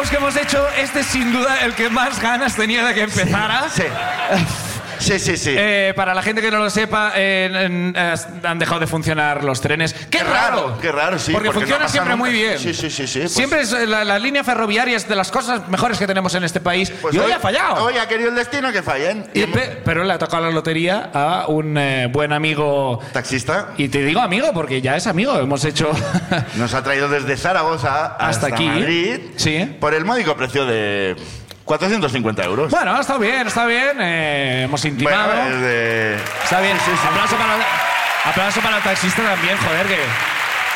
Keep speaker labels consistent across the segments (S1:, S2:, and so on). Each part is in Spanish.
S1: los que hemos hecho, este es sin duda el que más ganas tenía de que empezara.
S2: Sí. Sí, sí, sí.
S1: Eh, para la gente que no lo sepa, eh, en- en- as- han dejado de funcionar los trenes. ¡Qué, raro!
S2: Qué raro, sí.
S1: Porque,
S2: no
S1: funciona
S2: pasa
S1: siempre
S2: nunca.
S1: muy bien.
S2: Sí, sí, sí. sí pues-
S1: siempre es, eh, la, la línea ferroviaria es de las cosas mejores que tenemos en este país.
S2: pues
S1: y hoy, ha fallado.
S2: Hoy ha querido el destino que fallen.
S1: Y
S2: Y hemos-
S1: pe- pero le ha tocado la lotería a un eh, buen amigo.
S2: taxista
S1: Y te digo amigo porque ya es amigo. Hemos hecho.
S2: nos ha traído desde Zaragoza hasta,
S1: Hasta aquí.
S2: Madrid
S1: Sí.
S2: por el módico precio de 450 euros.
S1: bueno, está bien, está bien. eh, hemos intimado.
S2: Bueno, es de-
S1: Está bien. Aplauso, para, aplauso para el taxista también, joder, que,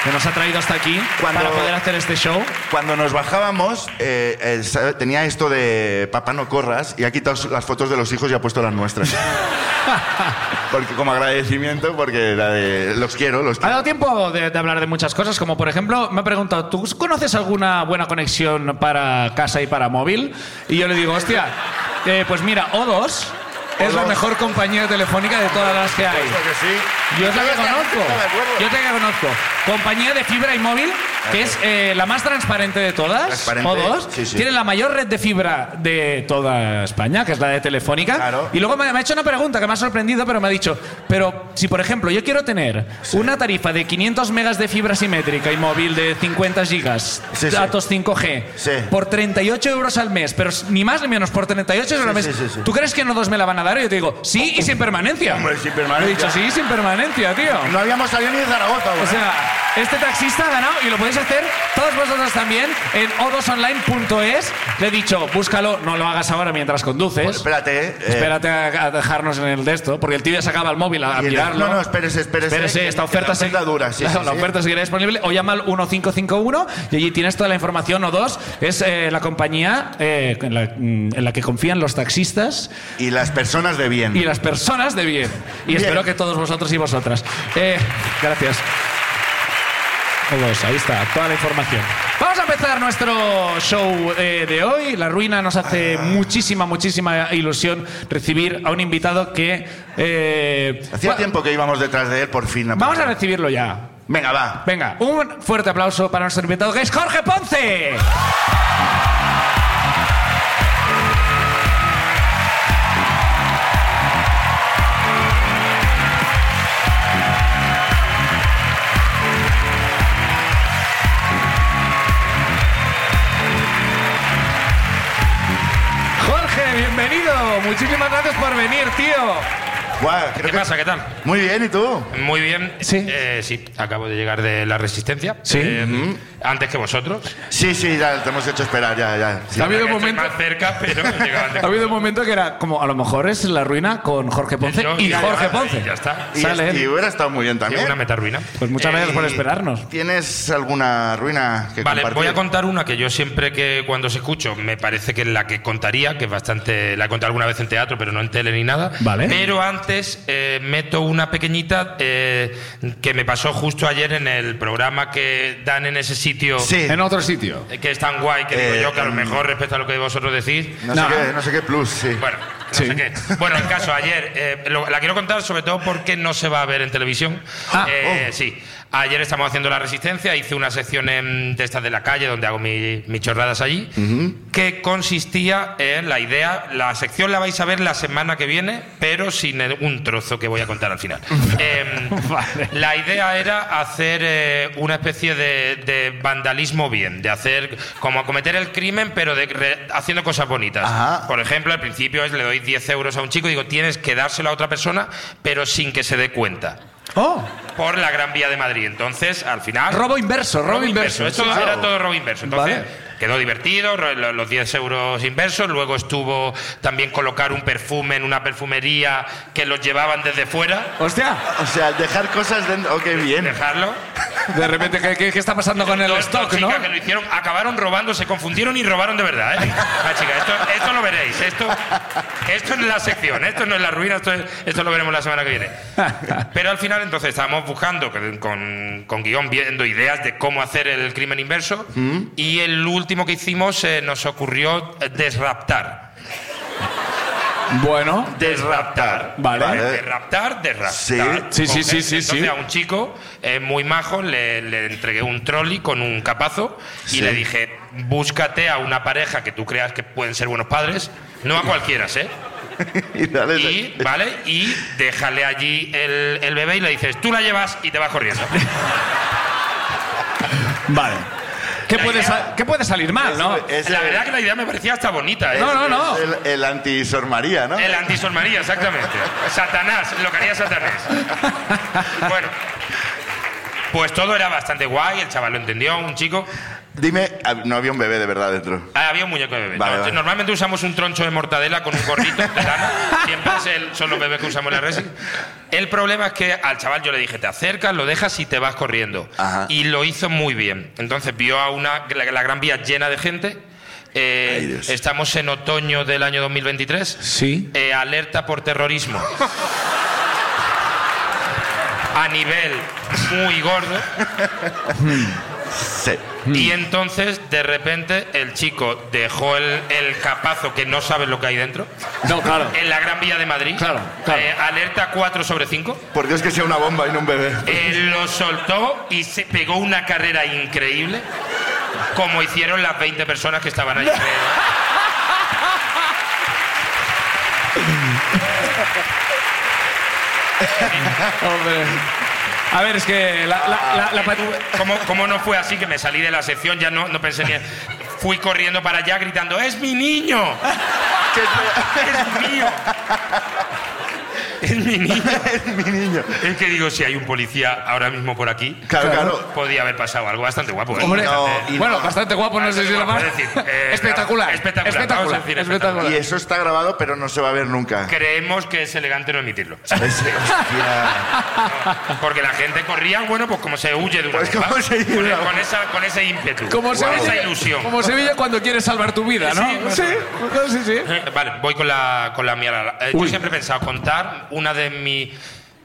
S1: que nos ha traído hasta aquí
S2: Cuando-
S1: para poder hacer este show.
S2: Cuando nos bajábamos, eh, eh, sabe- tenía esto de papá no corras y ha quitado su- las fotos de los hijos y ha puesto las nuestras. porque, como agradecimiento, porque era de, los quiero, los
S1: Ha
S2: quiero.
S1: dado tiempo de, de hablar de muchas cosas, como por ejemplo, me ha preguntado, ¿tú conoces alguna buena conexión para casa y para móvil? Y yo le digo, hostia, eh, pues mira, O2 es la
S2: O2.
S1: mejor compañía telefónica de todas las que hay.
S2: Puesto que sí.
S1: Yo es la que
S2: Está-
S1: conozco.
S2: está de acuerdo.
S1: Yo es la que conozco. Compañía de fibra y móvil, que es eh, la más transparente de todas,
S2: Transparente,
S1: O2.
S2: sí, sí.
S1: Tiene la mayor red de fibra de toda España, que es la de Telefónica.
S2: Claro.
S1: Y luego me, me ha hecho una pregunta que me ha sorprendido, pero me ha dicho, pero si por ejemplo yo quiero tener una tarifa de 500 megas de fibra simétrica y móvil de 50 gigas,
S2: Sí, sí.
S1: datos 5G,
S2: Sí.
S1: por 38 euros al mes, pero s- ni más ni menos, por 38 euros al mes,
S2: sí, sí, sí.
S1: ¿tú crees que no dos me la van a dar? Y yo te digo, sí y sin permanencia.
S2: Hombre, sin
S1: He
S2: permanencia.
S1: dicho, sí, sin permanencia, tío.
S2: No habíamos salido ni de Zaragoza,
S1: O
S2: bueno.
S1: sea, este taxista ha ganado y lo podéis hacer todos vosotros también en odosonline.es. Le he dicho, búscalo, no lo hagas ahora mientras conduces.
S2: Espérate. eh,
S1: Espérate a, a dejarnos en el de esto, porque el tío ya sacaba el móvil a, a
S2: y el-
S1: mirarlo.
S2: No, no, espérese, espérese.
S1: Espérese,
S2: que-
S1: esta
S2: que la
S1: oferta, se-
S2: oferta dura, sí,
S1: la,
S2: sí,
S1: la
S2: sí.
S1: oferta seguirá disponible. O llama al 1551 y allí tienes toda la información. O dos es eh, la compañía eh, en, la, mm, en la que confían los taxistas
S2: Y las personas de bien.
S1: y las personas de bien. Y
S2: Bien.
S1: espero que todos vosotros y vosotras. Eh, gracias. Todos, ahí está, toda la información. Vamos a empezar nuestro show eh, de hoy. La ruina nos hace
S2: Ah.
S1: muchísima, muchísima ilusión recibir a un invitado que... eh,
S2: Hacía
S1: va-
S2: tiempo que íbamos detrás de él, por fin.
S1: Vamos a recibirlo ya.
S2: Venga, va.
S1: Venga, un fuerte aplauso para nuestro invitado que es Jorge Ponce. Jorge, bienvenido. Muchísimas gracias por venir, tío.
S2: Guau, creo
S3: ¿Qué
S2: que-
S3: pasa? ¿Qué tal?
S2: Muy bien, ¿y tú?
S3: Muy bien.
S1: Sí.
S3: Eh, sí, acabo de llegar de la Resistencia.
S1: Sí.
S3: Eh, Antes que vosotros.
S2: Sí, sí, ya te hemos hecho esperar, ya, ya. sí.
S1: Ha habido
S3: Estoy
S1: momentos-
S3: más cerca, pero he llegado antes.
S1: Ha habido un momento que era como, a lo mejor es la ruina con Jorge Ponce
S3: Yo-
S1: y
S3: ya, ya,
S1: Jorge
S3: ya,
S1: Ponce.
S3: ya está.
S2: Y, Eh,
S1: Sale
S2: y
S1: él.
S2: hubiera estado muy bien
S3: Tengo
S2: también.
S3: una metarruina.
S1: Pues muchas gracias por
S2: Y-
S1: esperarnos.
S2: ¿Tienes alguna ruina que
S3: Vale,
S2: compartir?
S3: voy a contar una que yo siempre que cuando se escucho me parece que es la que contaría, que es bastante. La he contado alguna vez en teatro, pero no en tele ni nada.
S1: Vale.
S3: Pero antes eh, meto una pequeñita eh, que me pasó justo ayer en el programa que dan en ese sitio.
S2: Sí.
S1: En otro sitio.
S3: eh, Que es tan guay que
S2: Eh,
S3: digo yo que a
S1: em,
S3: lo
S2: mm.
S3: mejor respecto a lo que vosotros decís.
S2: No,
S1: No.
S2: Sé qué, no sé qué plus, sí.
S3: Bueno, no
S1: Sí.
S3: sé qué. Bueno, el caso ayer, eh, lo- la quiero contar sobre todo porque no se va a ver en televisión.
S1: Ah,
S3: Eh, Sí, ayer estamos haciendo la resistencia, hice una sección en- de estas de la calle donde hago mi- mis chorradas allí, que consistía en la idea, la sección la vais a ver la semana que viene, pero sin el- un trozo que voy a contar al final. Em,
S1: Vale.
S3: la idea era hacer eh, una especie de, de vandalismo bien, de hacer como cometer el crimen, pero de, re- haciendo cosas bonitas.
S2: Ajá.
S3: Por ejemplo, al principio es le doy 10 euros a un chico y digo, tienes que dárselo a otra persona, pero sin que se dé cuenta.
S1: Oh,
S3: Por la Gran Vía de Madrid. Entonces, al final.
S1: robo inverso, robo, inverso.
S3: Esto
S1: Sí,
S3: era
S1: sí.
S3: todo robo inverso. Entonces,
S1: Vale.
S3: quedó divertido, ro- lo- los 10 euros inversos. Luego estuvo también colocar un perfume en una perfumería que los llevaban desde fuera.
S1: Hostia,
S2: O sea, dejar cosas dentro. Oh, qué bien.
S3: Dejarlo.
S1: de repente, ¿qué, qué- qué está pasando con el
S3: Dos-
S1: stock,
S3: dos
S1: no?
S3: chicas que lo hicieron, acabaron robando, se confundieron y robaron de verdad, ¿eh? Ah, chica, esto, esto lo veréis. Esto, esto es la sección, esto no es la ruina, esto, es- esto lo veremos la semana que viene. Pero al final, entonces, estábamos buscando con- con, con guión, viendo ideas de cómo hacer el crimen inverso. Y el último que hicimos eh, nos ocurrió eh, desraptar.
S1: Bueno.
S3: Desraptar.
S1: Vale.
S3: Desraptar, desraptar.
S2: Eh.
S1: Sí,
S2: Sí.
S1: sí,
S3: Con
S1: sí, sí,
S3: gente.
S1: sí.
S3: Entonces a un chico eh, muy majo le, le entregué un trolley con un capazo y
S2: Sí.
S3: le dije, búscate a una pareja que tú creas que pueden ser buenos padres, no a cualquiera, ¿eh?
S2: Y dale-
S3: Y, ¿vale? Y déjale allí el, el bebé y le dices, tú la llevas y te vas corriendo.
S1: Vale. ¿Qué
S3: La
S1: puede,
S3: idea-
S1: sa- qué puede salir mal, no?
S2: Es
S3: la
S2: el-
S3: verdad que la idea me parecía hasta bonita, ¿eh?
S1: No, no, no.
S2: es El, el anti-Sor María, ¿no?
S3: El antisol María, exactamente. Satanás, lo que haría Satanás. Bueno. Pues todo era bastante guay, el chaval lo entendió, un chico.
S2: Dime, ah, no había un bebé de verdad dentro.
S3: Ah, había un muñeco de bebé.
S2: Vale,
S3: No,
S2: vale.
S3: Normalmente usamos un troncho de mortadela con un gorrito de lana. Siempre es el- son los bebés que usamos en la resi. El problema es que al chaval yo le dije, te acercas, lo dejas y te vas corriendo.
S2: Ajá.
S3: Y lo hizo muy bien. Entonces vio a una, la, la Gran Vía llena de gente. Eh,
S2: Ay, Dios.
S3: estamos en otoño del año 2023.
S1: Sí.
S3: Eh, alerta por terrorismo. A nivel muy gordo.
S2: Sí.
S1: Mm.
S3: Y entonces, de repente, el chico dejó el, el capazo que no sabe lo que hay dentro
S1: No, claro.
S3: en la Gran Vía de Madrid.
S1: Claro, claro.
S3: Eh, alerta 4 sobre 5.
S2: Por Dios que sea una bomba y no un bebé.
S3: lo soltó y se pegó una carrera increíble, como hicieron las 20 personas que estaban allí.
S1: Hombre. A ver, es que la, la- la- la pa-
S3: ¿Cómo, cómo no fue así que me salí de la sección? Ya no, no pensé ni. Fui corriendo para allá gritando: ¡Es mi niño! ¡Es mío! ¡Es mi niño!
S2: Es mi niño.
S3: Es que digo, si hay un policía ahora mismo por aquí,
S2: Claro, claro.
S3: podía haber pasado algo bastante guapo. ¿eh?
S1: Hombre,
S2: No,
S3: Bastante-
S2: y
S1: bueno,
S2: no.
S1: bastante guapo, no sé si
S3: Bastante
S1: lo más.
S3: guapo, es Ah, decir, eh,
S1: espectacular.
S3: espectacular, vamos a
S1: Espectacular.
S3: decir
S2: Y
S1: espectacular.
S2: eso está grabado, pero no se va a ver nunca.
S3: Creemos que es elegante no emitirlo.
S2: Es- hostia.
S3: Porque la gente corría, bueno, pues como se huye de una
S2: Pues
S3: bomba.
S2: como se huye de
S3: con,
S2: una
S3: con esa, con ese ímpetu,
S1: Como
S3: con esa
S1: Sevilla,
S3: ilusión.
S1: Como Sevilla cuando quieres salvar tu vida, ¿no? sí,
S3: Sí,
S1: No, sí, sí.
S3: Eh, Vale, voy con la, con la mía. la- la- eh, yo
S1: Uy.
S3: siempre he pensado contar una de, mi-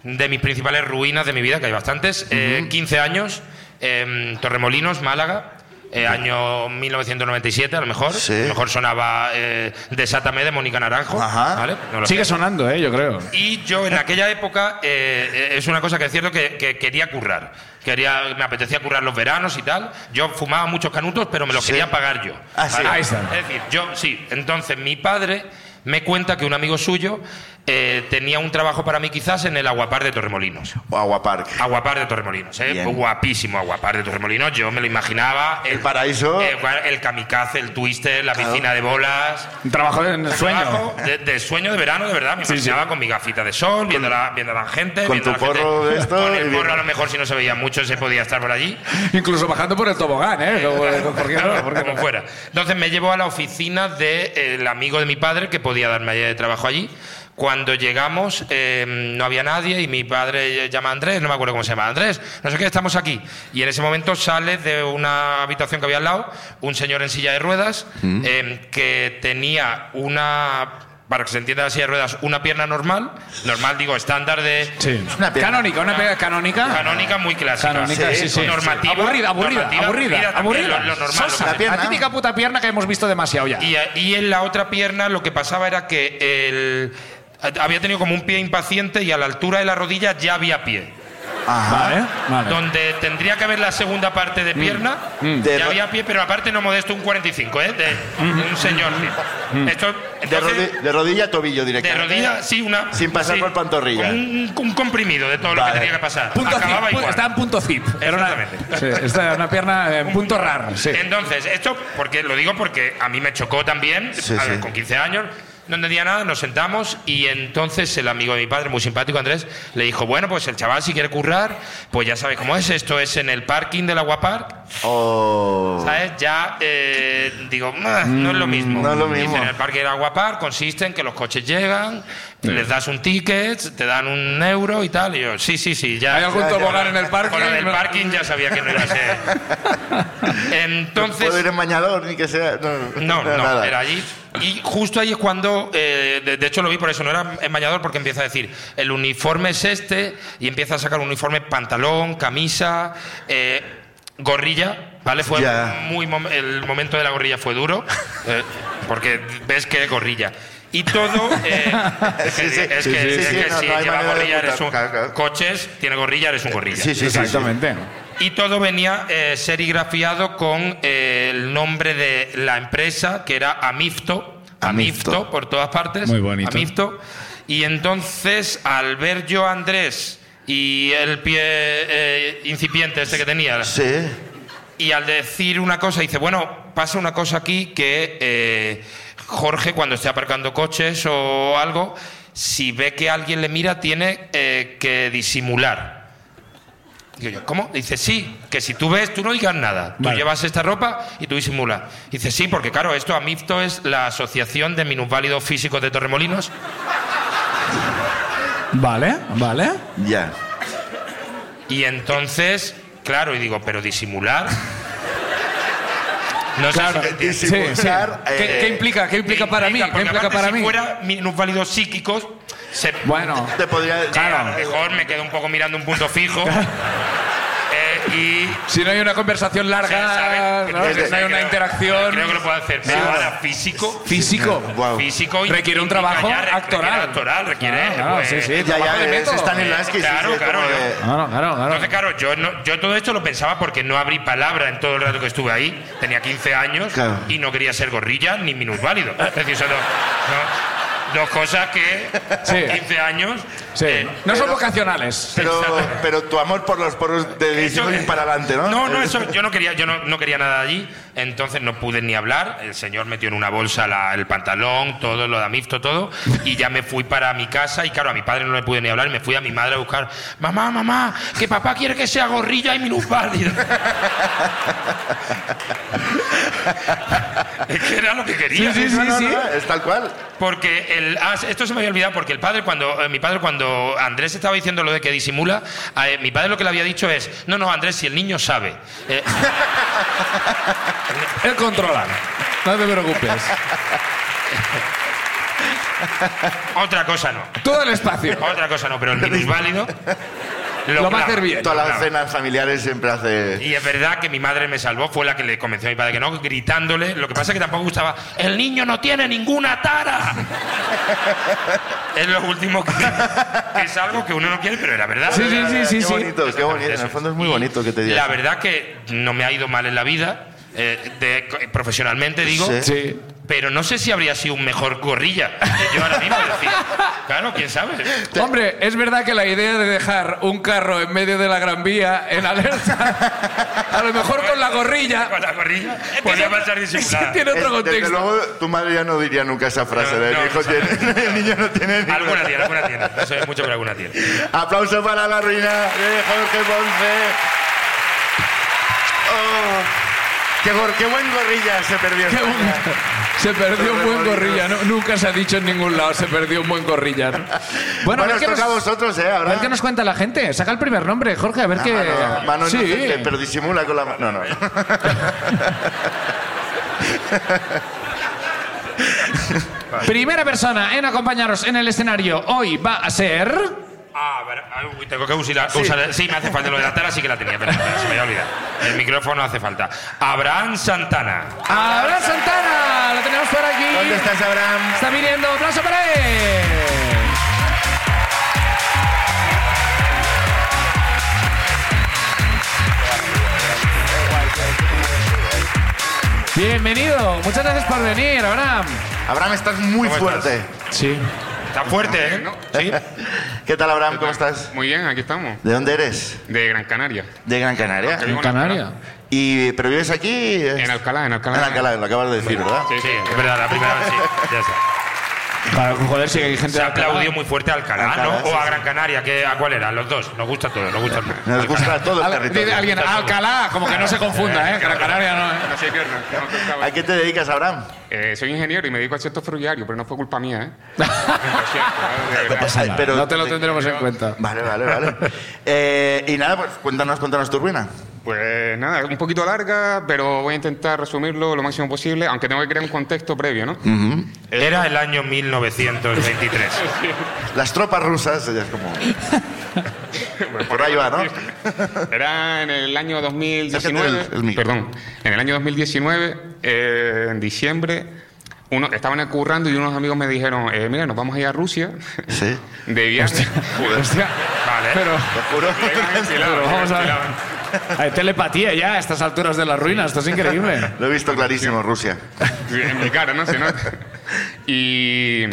S3: de mis principales ruinas de mi vida, que hay bastantes. Eh, 15 años, em, Torremolinos, Málaga. eh, año 1997, a lo mejor.
S2: Sí.
S3: A lo mejor sonaba eh, Desátame de Mónica Naranjo.
S2: Ajá.
S3: ¿vale? No lo sé.
S1: Sigue sonando, ¿eh? Yo creo.
S3: Y yo en aquella época eh, eh, es una cosa que es cierto que, que quería currar. Quería, me apetecía currar los veranos y tal. Yo fumaba muchos canutos, pero me los
S2: Sí.
S3: quería pagar yo.
S2: Ah, sí.
S1: Ahí está.
S3: Es decir, yo sí. Entonces mi padre me cuenta que un amigo suyo eh, tenía un trabajo para mí quizás en el aguapar de Torremolinos.
S2: O Aguapark.
S3: Aguapar de Torremolinos, ¿eh?
S2: Bien.
S3: guapísimo Aguapar de Torremolinos. Yo me lo imaginaba.
S2: El paraíso.
S3: El, el kamikaze, el twister, la piscina de bolas.
S1: Un Trabajo en el sueño.
S3: Trabajo De, de sueño de verano, de verdad. Me
S1: Sí,
S3: imaginaba con mi gafita de sol, viendo, la, viendo a la gente.
S2: con
S3: viendo
S2: tu
S3: a la gente-
S2: porro de esto
S3: Con
S2: y
S3: el
S2: bien.
S3: porro, a lo mejor si no se veía mucho, se podía estar por allí.
S1: Incluso bajando por el tobogán, ¿eh? Como- ¿Por qué no? ¿Por qué
S3: como
S1: no?
S3: fuera. Entonces me llevó a la oficina del amigo de mi padre que podía darme allá de trabajo allí. Cuando llegamos eh, no había nadie y mi padre llama a Andrés, no me acuerdo cómo se llama Andrés, no sé qué, estamos aquí. Y en ese momento sale de una habitación que había al lado un señor en silla de ruedas
S1: Mm.
S3: eh, que tenía una... Para que se entienda la silla de ruedas, una pierna normal, normal digo, estándar de
S1: Sí.
S2: una pierna.
S1: Canónica, una pega canónica.
S3: canónica muy clásica.
S1: Canónica, sí, sí. sí.
S3: Normativa.
S1: Aburrida, aburrida,
S3: normativa,
S1: aburrida.
S3: también,
S1: Aburrida.
S3: lo- lo normal, lo
S1: Sosa.
S3: que
S2: La pierna.
S1: La típica puta pierna que hemos visto demasiado ya.
S3: Y, y en la otra pierna lo que pasaba era que el, había tenido como un pie impaciente y a la altura de la rodilla ya había pie.
S2: Ajá.
S1: Vale, vale.
S3: Donde tendría que haber la segunda parte de pierna,
S2: Mm. De
S3: ya
S2: ro- Mm.
S3: había pie, pero aparte no modesto, un 45, ¿eh? De un señor. sí. Esto,
S2: De,
S3: entonces,
S2: rodi- de rodilla a tobillo
S3: de
S2: directamente.
S3: rodilla, sí, una.
S2: Sin pasar
S3: sí,
S2: por pantorrilla.
S3: Un, un comprimido de todo lo
S2: Vale.
S3: que tenía que pasar.
S1: Punto zip.
S3: Acababa
S1: pu-
S3: igual.
S1: Está en punto zip. Era una,
S3: Exactamente.
S1: sí, está una pierna en punto raro. Sí.
S3: Entonces, esto, porque lo digo porque a mí me chocó también,
S2: Sí,
S3: a ver,
S2: sí.
S3: con 15 años, no entendía nada, nos sentamos y entonces el amigo de mi padre, muy simpático Andrés, le dijo, bueno, pues el chaval si quiere currar, pues ya sabes cómo es, esto es en el parking del Aguapark,
S2: Oh.
S3: ¿sabes? Ya, eh, digo, "Mah, no es lo mismo.
S2: Mm, no es lo
S3: Dice,
S2: mismo.
S3: en el parque del Aguapar consiste en que los coches llegan, les das un ticket, te dan un euro y tal, y yo, sí, sí, sí, ya.
S1: Hay algún
S2: Ya, ya.
S1: tobogán en el parque.
S3: Con lo del parking ya sabía que no era así. Entonces...
S2: Puedo ir en bañador, ni que sea. No,
S3: No, no,
S2: nada.
S3: era allí. Y justo ahí es cuando, eh, de, de hecho lo vi por eso, no era en bañador porque empieza a decir, el uniforme es este y empieza a sacar un uniforme, pantalón, camisa, eh, gorrilla, ¿vale? Fue
S2: Ya.
S3: muy mom- el momento de la gorrilla fue duro, eh, porque ves que es gorrilla. Y todo. eh, es
S2: Sí,
S3: que
S2: sí,
S3: es
S2: sí,
S3: que-
S2: sí,
S3: es
S2: sí,
S3: que
S2: no,
S3: si
S2: no hay
S3: lleva
S2: manera de
S3: gorrilla eres un.
S2: ocultar, claro.
S3: Coches, tiene gorrilla eres un gorrilla.
S2: Sí, sí, sí, sí.
S1: Exactamente.
S3: Y todo venía eh, serigrafiado con eh, el nombre de la empresa, que era Amifto. Amifto,
S2: Amifto.
S3: por todas partes.
S1: Muy bonito.
S3: Amifto. Y entonces, al ver yo a Andrés y el pie eh, incipiente este que tenía,
S2: Sí.
S3: y al decir una cosa, dice, bueno, pasa una cosa aquí que eh, Jorge, cuando esté aparcando coches o algo, si ve que alguien le mira, tiene eh, que disimular. Digo yo, ¿cómo? Dice, sí, que si tú ves, tú no digas nada. Tú
S1: Vale.
S3: llevas esta ropa y tú disimulas. Dice, sí, porque claro, esto AMIFTO es la Asociación de Minusválidos Físicos de Torremolinos.
S1: Vale, vale.
S2: Ya.
S3: Y entonces, claro, y digo, pero disimular. No sé
S1: Claro.
S3: si me
S1: Sí,
S3: entiendes.
S1: sí.
S2: Eh, Disimular,
S1: ¿Qué,
S2: eh,
S1: qué implica? ¿Qué implica para mí? ¿Qué
S3: porque
S1: implica
S3: aparte,
S1: para
S3: si
S1: mí?
S3: fuera minusválidos psíquicos, se...
S1: Bueno,
S2: Te podría.
S3: Eh,
S1: claro.
S3: a lo mejor me quedo un poco mirando un punto fijo. eh, y...
S1: si no hay una conversación
S3: o sea,
S1: larga,
S3: ¿sabes?
S1: ¿no?
S2: Desde-
S3: Entonces,
S1: no hay una
S3: creo-
S1: interacción
S3: Creo que lo puedo hacer. Pero
S1: Claro.
S3: ahora, físico...
S1: físico.
S2: Guau.
S3: Físico y-
S1: Requiere un
S3: implica
S1: trabajo
S3: ya, requiere
S1: actoral.
S3: actoral, requiere,
S1: Claro, claro,
S3: pues,
S1: sí, sí.
S2: Ya,
S1: trabajo de
S2: ya, es
S1: método.
S2: Stanislavski. sí,
S3: Claro,
S2: sí,
S3: claro,
S2: como
S3: yo-
S2: de-
S1: Claro, claro, claro.
S3: Entonces, claro, yo, no, yo todo esto lo pensaba porque no abrí palabra en todo el rato que estuve ahí. Tenía 15 años
S2: Claro.
S3: y no quería ser gorrilla ni minusválido. Es decir, solo no, dos cosas que
S1: Sí.
S3: 15 años.
S1: Sí.
S3: eh,
S1: no son
S2: pero-
S1: vocacionales.
S2: Pero,
S3: Exacto.
S2: pero tu amor por los poros te
S3: eso-
S1: eh,
S2: disimulan para adelante, ¿no? Eh,
S3: No, no, eso, yo no quería, yo no, no quería nada allí, entonces no pude ni hablar. El señor metió en una bolsa la- el pantalón, todo lo de Amifto, todo, y ya me fui para mi casa. Y claro, a mi padre no le pude ni hablar, y me fui a mi madre a buscar: Mamá, mamá, que papá quiere que sea gorrilla y minusválido. es que era lo que quería.
S1: Sí, sí,
S2: No, no,
S1: sí.
S2: no, es tal cual.
S3: Porque el, ah, esto se me había olvidado porque el padre cuando eh, mi padre cuando Andrés estaba diciendo lo de que disimula, a, eh, mi padre lo que le había dicho es, "No, no, Andrés, si el niño sabe." Eh,
S1: Él controla. No te preocupes.
S3: otra cosa no.
S1: Todo el espacio.
S3: Otra cosa no, pero el minusválido lo,
S1: Lo va a
S3: clava.
S1: hacer bien.
S2: Todas las
S3: Claro.
S2: cenas familiares siempre hace.
S3: Y es verdad que mi madre me salvó, fue la que le convenció a mi padre que no, gritándole. Lo que pasa es que tampoco gustaba. ¡El niño no tiene ninguna tara! es lo último que, que es algo que uno no quiere, pero era verdad.
S1: Sí, sí, sí, sí.
S2: Eh, qué
S1: sí.
S2: bonito, qué bonito. En el fondo es muy
S3: Y
S2: bonito que te digas.
S3: La verdad que no me ha ido mal en la vida, eh, de- profesionalmente digo.
S2: Sí.
S1: Sí.
S3: Pero no sé si habría sido un mejor gorrilla que yo ahora mismo. es decir, claro, quién sabe.
S1: Hombre, es verdad que la idea de dejar un carro en medio de la Gran Vía en alerta, a lo mejor con la gorrilla,
S3: Con la gorrilla podía pasar disimulada.
S1: tiene otro
S2: Es- Desde
S1: contexto.
S2: luego, tu madre ya no diría nunca esa frase.
S3: No,
S2: de, "El
S3: no,
S2: hijo
S3: no sabe.
S2: tiene- el niño no tiene ninguna".
S3: Alguna tiene, alguna tiene. No sé mucho, pero alguna tiene.
S2: Aplauso para la ruina de Jorge Ponce. Oh, qué, gor- qué buen gorrilla se perdió.
S1: Qué
S2: España.
S1: bonito. Se perdió un buen
S2: Remolinos.
S1: gorrilla, ¿no? nunca se ha dicho en ningún lado, se perdió un buen gorrilla. ¿no?
S2: Bueno,
S1: a ver
S2: os
S1: qué
S2: toca a
S1: nos-
S2: vosotros, ¿eh?
S1: a
S2: Ahora.
S1: ver qué nos cuenta la gente. Saca el primer nombre, Jorge, a ver
S2: Ah,
S1: qué.
S2: Mano, mano
S1: sí.
S2: inocente, pero disimula con la mano. No, no.
S1: Primera persona en acompañaros en el escenario hoy va a ser.
S3: Ah, pero, ah, uy, tengo que usar, usar- Sí, me hace falta lo de la tara, sí que la tenía, pero se me había olvidado. El micrófono hace falta. Abraham Santana.
S1: Abraham Santana. Lo tenemos por aquí.
S2: ¿Dónde estás, Abraham?
S1: Está viniendo, aplauso para él. Bienvenido, muchas gracias por venir, Abraham.
S2: Abraham, estás muy
S3: ¿Cómo
S2: fuerte.
S1: Sí.
S3: Está fuerte, ¿eh?
S4: ¿no?
S3: Sí.
S2: ¿Qué tal, Abraham? ¿Cómo estás?
S4: Muy bien, aquí estamos.
S2: ¿De dónde eres?
S4: De Gran Canaria.
S2: De Gran Canaria.
S4: Vivo en
S1: Canaria.
S2: Y, ¿Pero vives aquí? eh,
S4: En Alcalá, en Alcalá.
S2: En Alcalá, lo acabas de decir, ¿verdad?
S4: Sí,
S3: Sí, es verdad, la primera vez sí. Ya está.
S1: Claro, joder, sí que hay gente
S3: Se
S1: de
S3: aplaudió
S1: Alcalá.
S3: muy fuerte a Alcalá,
S2: Alcalá,
S3: ¿no?
S2: sí,
S3: O a
S2: sí.
S3: Gran Canaria, que, ¿a cuál era? Los dos. Nos gusta todo, nos gusta el
S2: Nos gusta todo el
S1: Al- dice
S2: territorio.
S1: alguien, Alcalá, como que no se confunda, ¿eh? Gran Canaria no, ¿eh?
S4: No sé qué, no, no, no, no, no.
S2: ¿A qué te dedicas, Abraham?
S4: Eh, soy ingeniero y me dedico al sector ferroviario, pero no fue culpa mía, ¿eh? Lo siento, ¿no? De verdad.
S2: Ay, pero-
S1: no te lo tendremos en cuenta.
S2: Vale, vale, vale. Eh, y nada, pues cuéntanos, cuéntanos tu ruina.
S4: Pues nada, un poquito larga, pero voy a intentar resumirlo lo máximo posible, aunque tengo que crear un contexto previo, ¿no?
S2: Mm.
S3: Era el año 1923.
S2: Las tropas rusas, es como... Por ahí va, ¿no?
S4: Era en el año 2019.
S2: Sácate el- el micro.
S4: perdón, en el año 2019, eh, en diciembre, uno, estaban currando y unos amigos me dijeron, eh, mira, nos vamos a ir a Rusia
S2: Sí.
S4: de viaje. Pues
S1: Hostia.
S3: Vale.
S1: Pero,
S2: Te juro.
S1: pero vamos a ver. Hay telepatía ya a estas alturas de las ruinas. Esto es increíble.
S2: Lo he visto clarísimo, Rusia.
S4: en mi cara, ¿no? Se nota. Y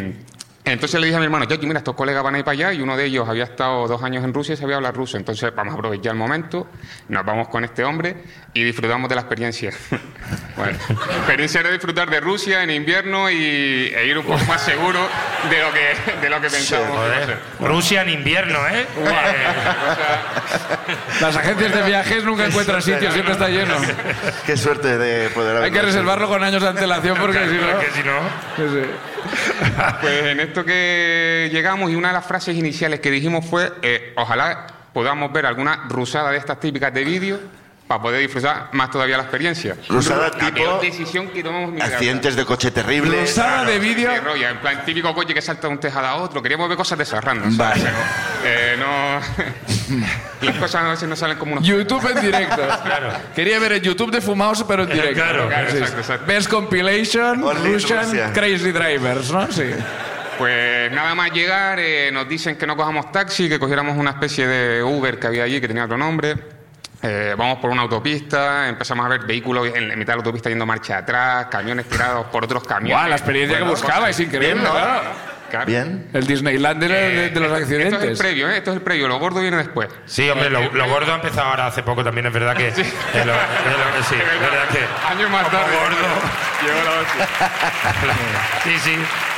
S4: entonces le dije a mi hermano, Jackie, mira, estos colegas van a ir para allá y uno de ellos había estado dos años en Rusia y sabía hablar ruso. Entonces vamos a aprovechar el momento, nos vamos con este hombre y disfrutamos de la experiencia. bueno, la experiencia era disfrutar de Rusia en invierno y, e ir un poco más seguro de lo que, de lo que pensábamos. que iba a
S3: Joder.
S4: ser.
S3: Rusia en invierno, ¿eh? Eh,
S1: Las agencias de viajes nunca encuentran sitio, siempre está lleno.
S2: Qué suerte de poder haber.
S1: Hay que reservarlo con años de antelación porque si no.
S3: Porque si no...
S1: Sí,
S4: Pues en esto que llegamos y una de las frases iniciales que dijimos fue, eh, ojalá podamos ver alguna rusada de estas típicas de vídeo para poder disfrutar más todavía la experiencia.
S2: Rusada
S4: La
S2: tipo
S4: peor decisión que tomamos mi
S2: Accidentes de coche
S1: sí.
S2: terribles.
S1: Rosada de vídeo.
S4: en plan típico coche que salta de un tejado a otro. Queríamos ver cosas de esas random, ¿sabes?
S2: Vale.
S4: Pero, eh, no... las cosas a veces no salen como unos...
S1: YouTube en directo. Quería ver el YouTube de fumados, pero en directo.
S3: Claro,
S4: Claro,
S1: Sí, sí.
S4: exacto, exacto.
S1: Best compilation,
S2: Only
S1: Russian
S2: Rusia.
S1: Crazy Drivers, ¿no? Sí.
S4: Pues nada más llegar, eh, nos dicen que no cojamos taxi, que cogiéramos una especie de Uber que había allí, que tenía otro nombre. Eh, vamos por una autopista, empezamos a ver vehículos en, en mitad de la autopista yendo marcha atrás, camiones tirados por otros camiones.
S1: Guau, la experiencia que
S4: Bueno, pues,
S1: buscaba es increíble,
S2: Bien, ¿no?
S1: claro.
S4: claro.
S2: Bien.
S1: El Disneyland de, de- de los
S4: Esto es el
S1: accidentes.
S4: previo, ¿eh? Esto es el previo, lo gordo viene después.
S3: Sí, hombre, lo, lo gordo ha empezado ahora hace poco también, es verdad que... que lo- que lo- sí, es verdad que...
S4: Años más
S3: Como
S4: tarde.
S3: gordo.
S4: Llegó la hostia.
S3: Sí, sí.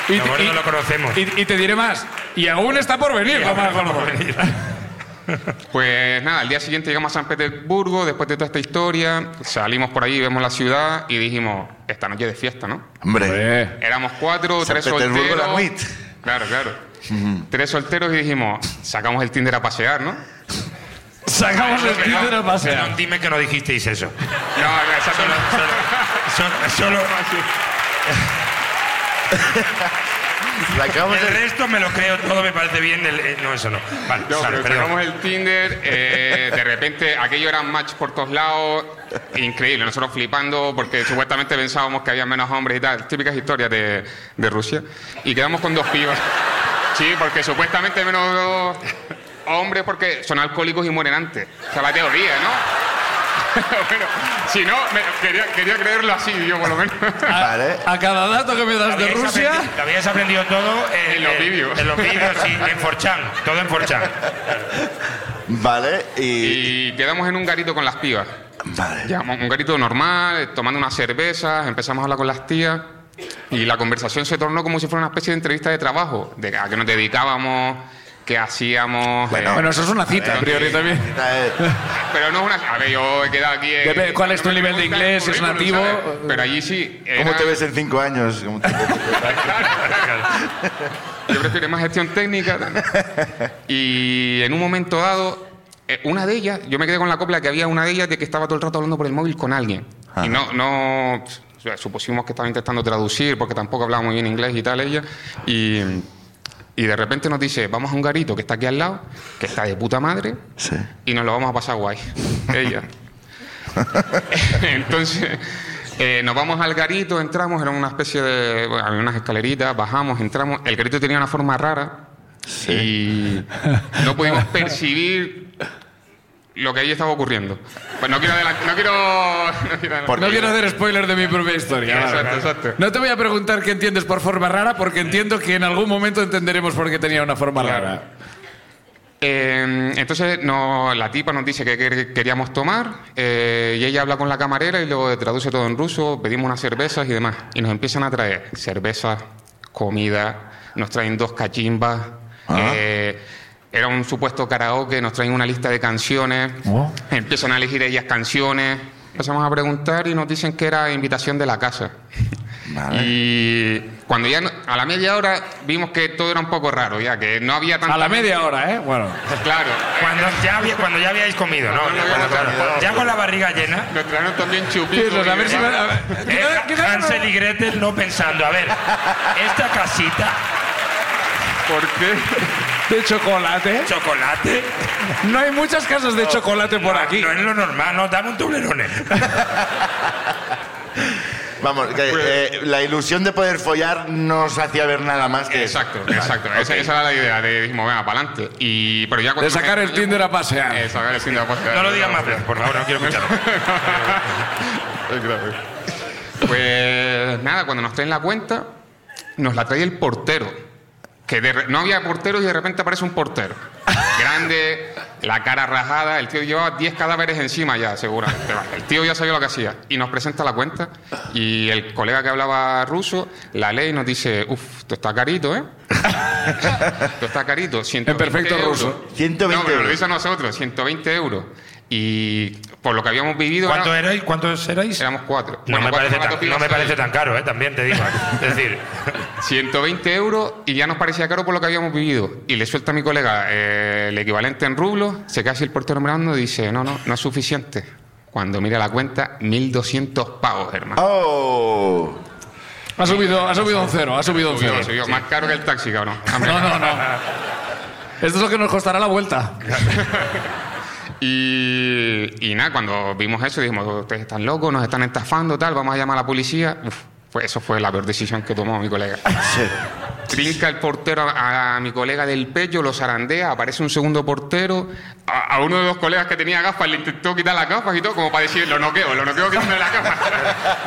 S1: Y-
S3: lo gordo
S1: y-
S3: lo conocemos.
S1: Y, y te diré más. Y aún está por venir, lo más gordo.
S4: Pues nada, al día siguiente llegamos a San Petersburgo, después de toda esta historia, salimos por ahí, vemos la ciudad y dijimos, esta noche de fiesta, ¿no?
S2: Hombre.
S1: Eh.
S4: Éramos cuatro,
S2: San
S4: tres
S2: Petersburgo,
S4: solteros.
S2: la NUIT.
S4: Claro, claro. Tres solteros y dijimos, sacamos el Tinder a pasear, ¿no? No,
S1: Sacamos el
S3: Pero no-
S1: Tinder a pasear.
S3: pero dime que no dijisteis eso.
S4: no, exacto.
S3: Solo,
S4: no.
S3: solo- solo- solo-
S2: Sacamos
S3: el
S2: el-
S3: resto me lo creo, todo me parece bien. el- eh, no, eso no. Vale,
S4: No,
S3: sale,
S4: pero
S3: perdón.
S4: sacamos el Tinder, eh, de repente aquello era match por todos lados, increíble, nosotros flipando porque supuestamente pensábamos que había menos hombres y tal, típicas historias de, de Rusia, y quedamos con dos pibas. Sí, porque supuestamente menos hombres porque son alcohólicos y mueren antes. O sea, la teoría, ¿no? bueno, si no, me- quería, quería creerlo así yo por lo menos.
S2: Vale.
S1: A cada dato que me das de
S3: Habíais
S1: Rusia.
S3: aprendi- lo habíais aprendido todo eh,
S4: En los
S3: eh,
S4: vídeos.
S3: En los vídeos, sí, en Forchan. Todo en Forchan.
S2: Vale. Y.
S4: y quedamos en un garito con las pibas.
S2: Vale.
S4: Llevamos un garito normal, eh, tomando unas cervezas, empezamos a hablar con las tías y la conversación se tornó como si fuera una especie de entrevista de trabajo, de a qué nos dedicábamos, qué hacíamos. eh,
S2: Bueno.
S1: Bueno, eso es una cita, a priori también.
S2: Eh,
S4: pero no es una. A ver, yo he quedado aquí. eh,
S1: Depende, ¿cuál es
S4: no
S1: tu
S4: me
S1: nivel de
S4: preguntan
S1: inglés?
S4: el
S1: ¿Es
S4: currículum,
S1: nativo? eh,
S4: ¿sabes? Pero allí sí.
S2: ¿Cómo
S4: era-
S2: te ves en cinco años? ¿Cómo te-
S4: Yo prefiero más gestión técnica. Y en un momento dado, eh, una de ellas, yo me quedé con la copla que había una de ellas de que estaba todo el rato hablando por el móvil con alguien.
S2: Ajá.
S4: Y no, no, o sea, supusimos que estaba intentando traducir porque tampoco hablaba muy bien inglés y tal ella. Y, y de repente nos dice, vamos a un garito que está aquí al lado, que está de puta madre,
S2: Sí.
S4: y nos lo vamos a pasar guay. Ella. Entonces, eh, nos vamos al garito, entramos, era una especie de. Bueno, había unas escaleritas, bajamos, entramos. El garito tenía una forma rara y no pudimos percibir lo que ahí estaba ocurriendo. Pues no quiero adelantar. No quiero. No quiero,
S2: Por-
S1: No quiero hacer spoiler de mi propia historia. vale.
S4: Exacto, exacto.
S1: No te voy a preguntar qué entiendes por forma rara, porque entiendo que en algún momento entenderemos por qué tenía una forma
S4: Claro.
S1: rara.
S4: Eh, entonces no, la tipa nos dice que, quer- queríamos tomar eh, y ella habla con la camarera y luego traduce todo en ruso, pedimos unas cervezas y demás. Y nos empiezan a traer cerveza, comida, nos traen dos cachimbas,
S2: Ah.
S4: eh, era un supuesto karaoke, nos traen una lista de canciones,
S1: Oh.
S4: empiezan a elegir ellas canciones. Empezamos a preguntar y nos dicen que era invitación de la casa.
S2: Vale.
S4: Y cuando ya no- a la media hora vimos que todo era un poco raro, ya que no había tanta
S1: A la media hora, ¿eh? Bueno.
S4: Claro.
S3: Cuando ya, había- cuando ya habíais comido, ¿no?
S4: Cuando ya
S3: Cuando-
S4: habíamos comido.
S3: ya con la barriga llena.
S4: Nos trajeron también
S1: Sí,
S4: chupitos.
S1: pues, a ver si va- a ver.
S3: Eh,
S1: Quizá- quizá-
S3: Hansel y Gretel no pensando, a ver, esta casita,
S4: ¿Por qué?
S1: De chocolate.
S3: chocolate,
S1: No hay muchas casas de chocolate por
S3: no,
S1: aquí.
S3: No es lo normal, no, dame un toblerone.
S2: Vamos, que, eh, la ilusión de poder follar no os hacía ver nada más que eso.
S4: Exacto, exacto. Esa, esa era la idea. De, dijimos, venga, para adelante. Y, pero ya cuando
S5: De sacar el Tinder a pasear.
S4: Eh, sacar el Tinder a pasear.
S3: No lo digas más veces, por favor, no quiero escucharlo.
S4: Pues nada, cuando nos traen la cuenta, nos la trae el portero. Que de re- no había portero y de repente aparece un portero. Grande, la cara rajada, el tío llevaba 10 cadáveres encima ya, seguramente. Va, El tío ya sabía lo que hacía. Y nos presenta la cuenta y el colega que hablaba ruso, la ley nos dice, uff, esto está carito, ¿eh? Esto está carito. 120
S5: En perfecto
S4: euros".
S5: ruso.
S2: 120
S4: No, pero lo
S2: euros.
S4: dice a nosotros, 120 euros. Y por lo que habíamos vivido... era-
S3: ¿Cuántos erais? ¿Cuántos erais?
S4: Éramos cuatro.
S3: No,
S4: Bueno,
S3: me,
S4: cuatro
S3: parece
S4: zapatos
S3: tan,
S4: pilas,
S3: no me
S4: seis.
S3: parece tan caro, ¿eh? también te digo. Es decir,
S4: 120 euros y ya nos parecía caro por lo que habíamos vivido. Y le suelta a mi colega eh, el equivalente en rublos, se queda así el portero mirando y dice, no, no, no es suficiente. Cuando mira la cuenta, 1.200 pavos,
S3: Ah,
S4: hermano.
S2: ¡Oh!
S5: Ha subido, ha subido un cero, ha subido un
S4: Subió,
S5: cero.
S4: subió. Más caro que el taxi, cabrón.
S5: No, no, no. Esto es lo que nos costará la vuelta.
S4: Y, y nada, cuando vimos eso dijimos, ustedes están locos, nos están estafando, tal, vamos a llamar a la policía. Uf, pues eso fue la peor decisión que tomó mi colega.
S2: Sí.
S4: Trinca el portero a, a mi colega del pecho, lo zarandea, aparece un segundo portero. A, a uno de los colegas que tenía gafas le intentó quitar las gafas y todo, como para decir, lo noqueo, lo noqueo quitándome las gafas.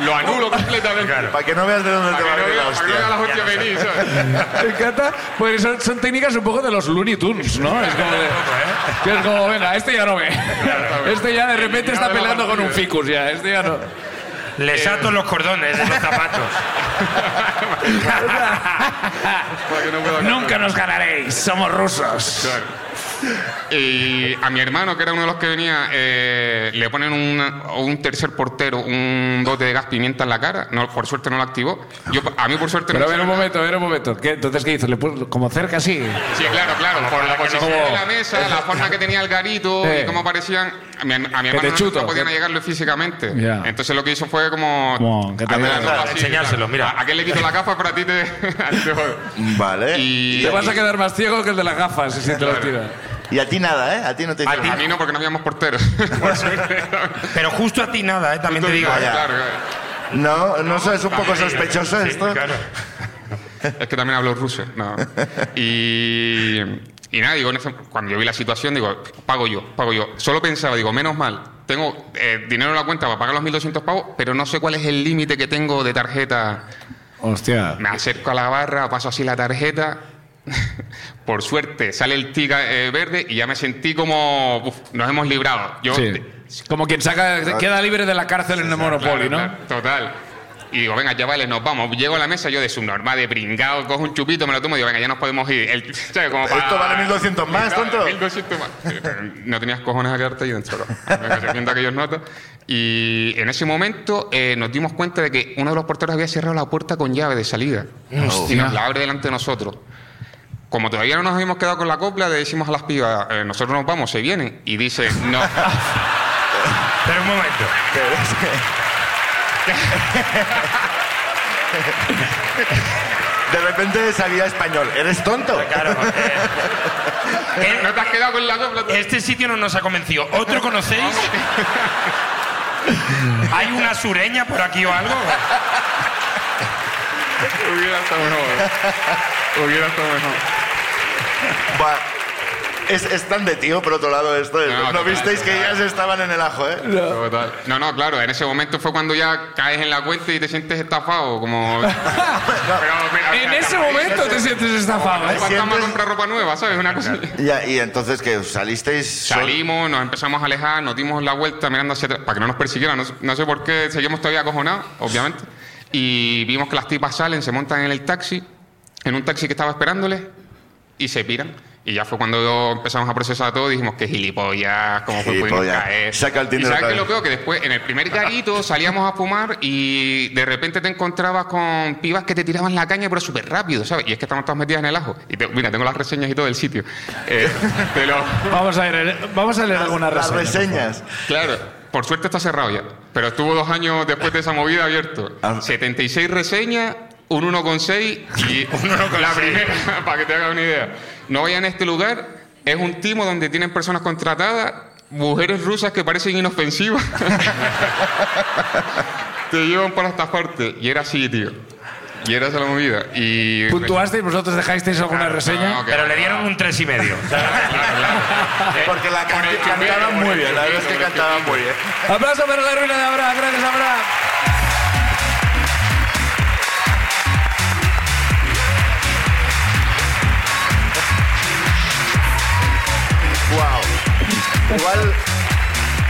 S4: lo anulo completamente.
S2: Para que no veas de dónde te
S4: Para
S2: va
S4: que
S2: a
S4: no
S2: venir la
S4: vea- para que no
S2: hostia.
S4: vea las hostias venir, ¿sabes?
S5: Me encanta. Pues son, son técnicas un poco de los Looney Tunes, ¿no? Es como, de- que es como, venga, este ya no ve. Este ya de repente está pelando con un ficus ya. Este ya no.
S3: les ato los cordones de los zapatos.
S4: Para que no pueda-
S1: Nunca nos ganaréis, somos rusos.
S4: Claro. Y a mi hermano, que era uno de los que venía, eh, le ponen un, un tercer portero, un bote de gas pimienta en la cara. No, por suerte no lo activó. Yo, a mí, por suerte,
S5: Pero a
S4: no
S5: ver
S4: me
S5: un
S4: hicieron
S5: momento, a ver un momento. ¿Qué- Entonces, ¿qué hizo? ¿Le puso como cerca así?
S4: nada. Sí, claro, claro. Por la
S3: para que no-
S4: posición de la mesa, la forma que tenía el garito
S5: Eh.
S4: y cómo aparecían. A mi, a mi hermano
S5: te
S4: no-
S5: chuto,
S4: no podían
S5: que-
S4: llegarle físicamente.
S5: Ya.
S4: Entonces lo que hizo fue como.
S5: Como que te-
S4: amenazarlo
S3: Claro,
S4: así,
S3: enseñárselo, mira.
S4: A, a aquel le quito la gafa, pero a ti te. a ti te jodo.
S2: Vale.
S4: Y-
S5: Te vas a quedar más ciego que el de las gafas si te lo tira.
S2: Y a ti nada, ¿eh? A ti no te
S4: a
S2: hizo nada.
S4: mí no, porque no habíamos porteros. por suerte.
S3: Pero justo a ti nada, ¿eh? también te digo.
S2: nada,
S3: ¿eh?
S2: ya.
S4: Claro, claro.
S2: No, no, eso es un poco
S3: Sí,
S2: sospechoso
S3: sí,
S2: esto.
S3: claro.
S4: Es que también hablo ruso. No. Y, y nada, digo, en ese- cuando yo vi la situación, digo, pago yo, pago yo. Solo pensaba, digo, menos mal, tengo eh, dinero en la cuenta para pagar los 1.200 pavos, pero no sé cuál es el límite que tengo de tarjeta.
S5: Hostia.
S4: Me acerco a la barra, paso así la tarjeta. Por suerte, sale el tiga eh, verde y ya me sentí como, "Uf, nos hemos librado. Yo
S5: Sí. Como quien saca, queda libre de la cárcel en el Monopoly,
S4: Claro,
S5: ¿no?
S4: claro, Total. Y digo, venga, chavales, nos vamos. Llego a la mesa, yo de subnormal, de pringado, cojo un chupito, me lo tomo y digo, venga, ya nos podemos ir. El- ¿sabes? Como para-
S2: Esto vale 1200 más,
S4: Claro,
S2: tonto.
S4: 1200 más. No tenías cojones a quedarte ahí dentro. ¿no? Venga, se sienta aquellos notas. Y en ese momento eh, nos dimos cuenta de que uno de los porteros había cerrado la puerta con llave de salida. Y nos la abre delante de nosotros. Como todavía no nos habíamos quedado con la copla, le decimos a las pibas, eh, nosotros nos vamos, se vienen. Y dice, no.
S3: Pero un momento.
S2: De repente salía español. ¿Eres tonto?
S3: Claro. eh,
S4: ¿No te has quedado con la copla?
S3: eh, este sitio no nos ha convencido. ¿Otro conocéis? ¿Hay una sureña por aquí o algo?
S4: Hubiera estado mejor. Hubiera estado mejor.
S2: Buah. Es, es tan de tío, por otro lado, esto. es-
S4: No,
S2: No,
S4: total,
S2: visteis que ya se estaban en el ajo, ¿eh?
S4: Total. No, no, claro, en ese momento fue cuando ya caes en la cuenta y te sientes estafado, como...
S5: En ese momento te sientes estafado, ¿eh?
S4: Faltaba
S2: Sientes-
S4: comprar ropa nueva, ¿sabes? Una cosa... así.
S2: Ya, y entonces que salisteis. sol-
S4: Salimos, nos empezamos a alejar, nos dimos la vuelta mirando hacia atrás para que no nos persiguieran. No, sé- no sé por qué, seguimos todavía acojonados, obviamente. Y vimos que las tipas salen, se montan en el taxi, en un taxi que estaba esperándoles, y se piran. Y ya fue cuando empezamos a procesar todo, dijimos que gilipollas, cómo fue pudimos
S2: Gilipollas.
S4: caer.
S2: Saca el
S4: y
S2: Tinder
S4: sabes
S2: otra
S4: que lo
S2: vez.
S4: peor, que después en el primer garito salíamos a fumar y de repente te encontrabas con pibas que te tiraban la caña, pero súper rápido, ¿sabes? Y es que estamos todas metidas en el ajo. Y te- mira, tengo las reseñas y todo del sitio. Eh, te lo-
S1: Vamos a ver, vamos a leer alguna
S2: Las
S1: reseña.
S2: reseñas.
S4: Claro, por suerte está cerrado ya. Pero estuvo dos años después de esa movida abierto.
S2: Ah.
S4: 76 reseñas, un 1,6 y la primera, para que te hagas una idea. No vayan a este lugar, es un timo donde tienen personas contratadas, mujeres rusas que parecen inofensivas. te llevan para esta parte. Y era así, tío. Y era esa la movida. Y.
S5: ¿Puntuasteis? ¿Vosotros dejasteis alguna reseña?
S4: no, que-
S3: Pero le dieron un tres y medio. Eh,
S2: Porque la can- cantaban muy bien, la verdad es que cantaban muy bien.
S5: Aplauso para la ruina de Abraham. Gracias, Abraham.
S2: Wow. Igual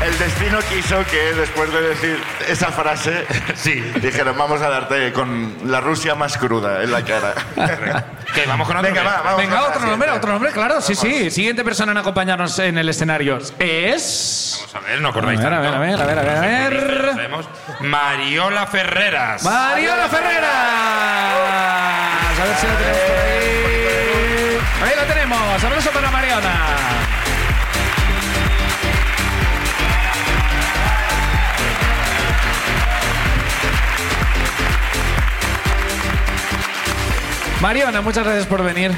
S2: el destino quiso que después de decir esa frase
S3: Sí.
S2: dijeron vamos a darte con la Rusia más cruda en la cara.
S3: Que vamos con otro.
S2: Venga, va, vamos.
S1: Venga,
S2: con la
S1: otro
S2: siguiente.
S1: nombre, otro nombre, claro. Sí, sí. Siguiente persona en acompañarnos en el escenario es.
S3: Vamos a ver, no
S1: A
S3: corráis
S1: ver, a ver,
S3: tanto.
S1: a ver, a ver, a ver.
S3: Sabemos. Mariola Ferreras.
S1: Mariola Ferreras. A ver si la tenemos por ahí. Ahí la tenemos. Abrazo para Mariona. Mariona, muchas gracias por venir.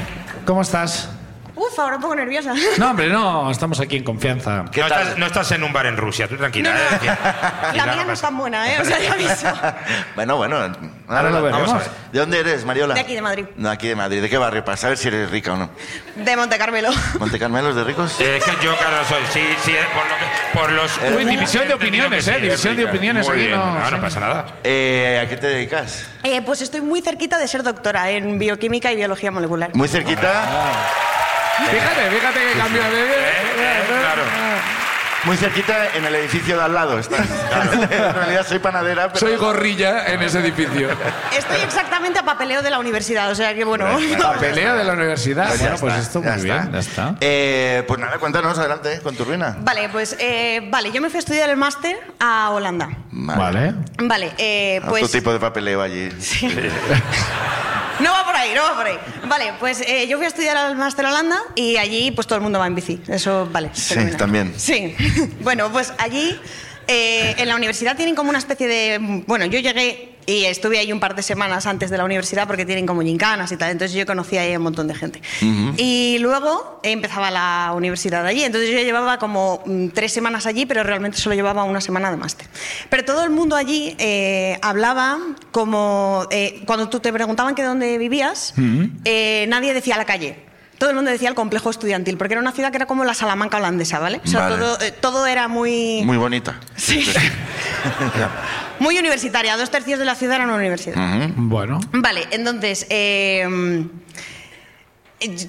S1: ¿Cómo estás?
S6: Uf, ahora un poco nerviosa.
S1: No, hombre, no, estamos aquí en confianza.
S3: no, estás, no estás en un bar en Rusia, tú tranquila. eh, que-
S6: La
S3: tranquila,
S6: mía no es
S3: pasa-
S6: tan buena, ¿eh? O sea, ya aviso.
S2: Bueno, bueno,
S1: Ahora lo
S2: vamos
S1: veremos.
S2: a ver. ¿De dónde eres, Mariola?
S6: De aquí, de Madrid.
S2: No, aquí de Madrid. ¿De qué barrio? Para saber si eres rica o no.
S6: De Monte Carmelo.
S2: ¿Monte Carmelo es de ricos?
S3: Eh, Es que yo, claro, soy. Sí, sí, eh, por, lo que- por los.
S1: Uy, división de opiniones, eh, división de opiniones
S3: Muy
S1: aquí,
S3: bien.
S1: no,
S3: no,
S1: sí.
S3: no pasa nada.
S2: Eh, ¿A qué te dedicas?
S6: Eh, pues estoy muy cerquita de ser doctora en bioquímica y biología molecular.
S2: Muy cerquita,
S1: Fíjate, fíjate que cambio
S3: Eh, eh, claro.
S2: muy cerquita en el edificio de al lado. estás. en realidad soy panadera, pero...
S5: Soy gorrilla en ese edificio.
S6: Estoy exactamente a papeleo de la universidad, o sea que bueno.
S5: Pelea de la universidad.
S2: ya
S1: Bueno, pues
S2: está,
S1: esto muy
S2: ya
S1: bien,
S2: está.
S1: ya está.
S2: Eh, pues nada, cuéntanos adelante eh, con tu ruina.
S6: Vale, pues eh, vale, yo me fui a estudiar el máster a Holanda.
S1: Vale.
S6: Vale, eh,
S2: Otro
S6: pues
S2: tipo de papeleo allí.
S6: no va por ahí, no va por ahí. Vale, pues eh, yo fui a estudiar al máster a Holanda y allí pues todo el mundo va en bici. Eso, vale.
S2: Sí,
S6: fenomenal.
S2: también.
S6: Sí. bueno, pues allí eh, en la universidad tienen como una especie de... Bueno, yo llegué y estuve ahí un par de semanas antes de la universidad porque tienen como gincanas y tal. Entonces yo conocí ahí a un montón de gente. Y luego empezaba la universidad allí. Entonces yo llevaba como mm, tres semanas allí, pero realmente solo llevaba una semana de máster. Pero todo el mundo allí eh, hablaba como... eh, cuando tú te preguntaban que dónde vivías, eh, nadie decía la calle. Todo el mundo decía el complejo estudiantil, porque era una ciudad que era como la Salamanca holandesa, ¿vale? O sea,
S2: Vale.
S6: todo, eh, todo era muy...
S2: Muy bonita.
S6: Sí. muy universitaria. Dos tercios de la ciudad eran una universidad.
S1: Bueno.
S6: Vale, entonces. eh,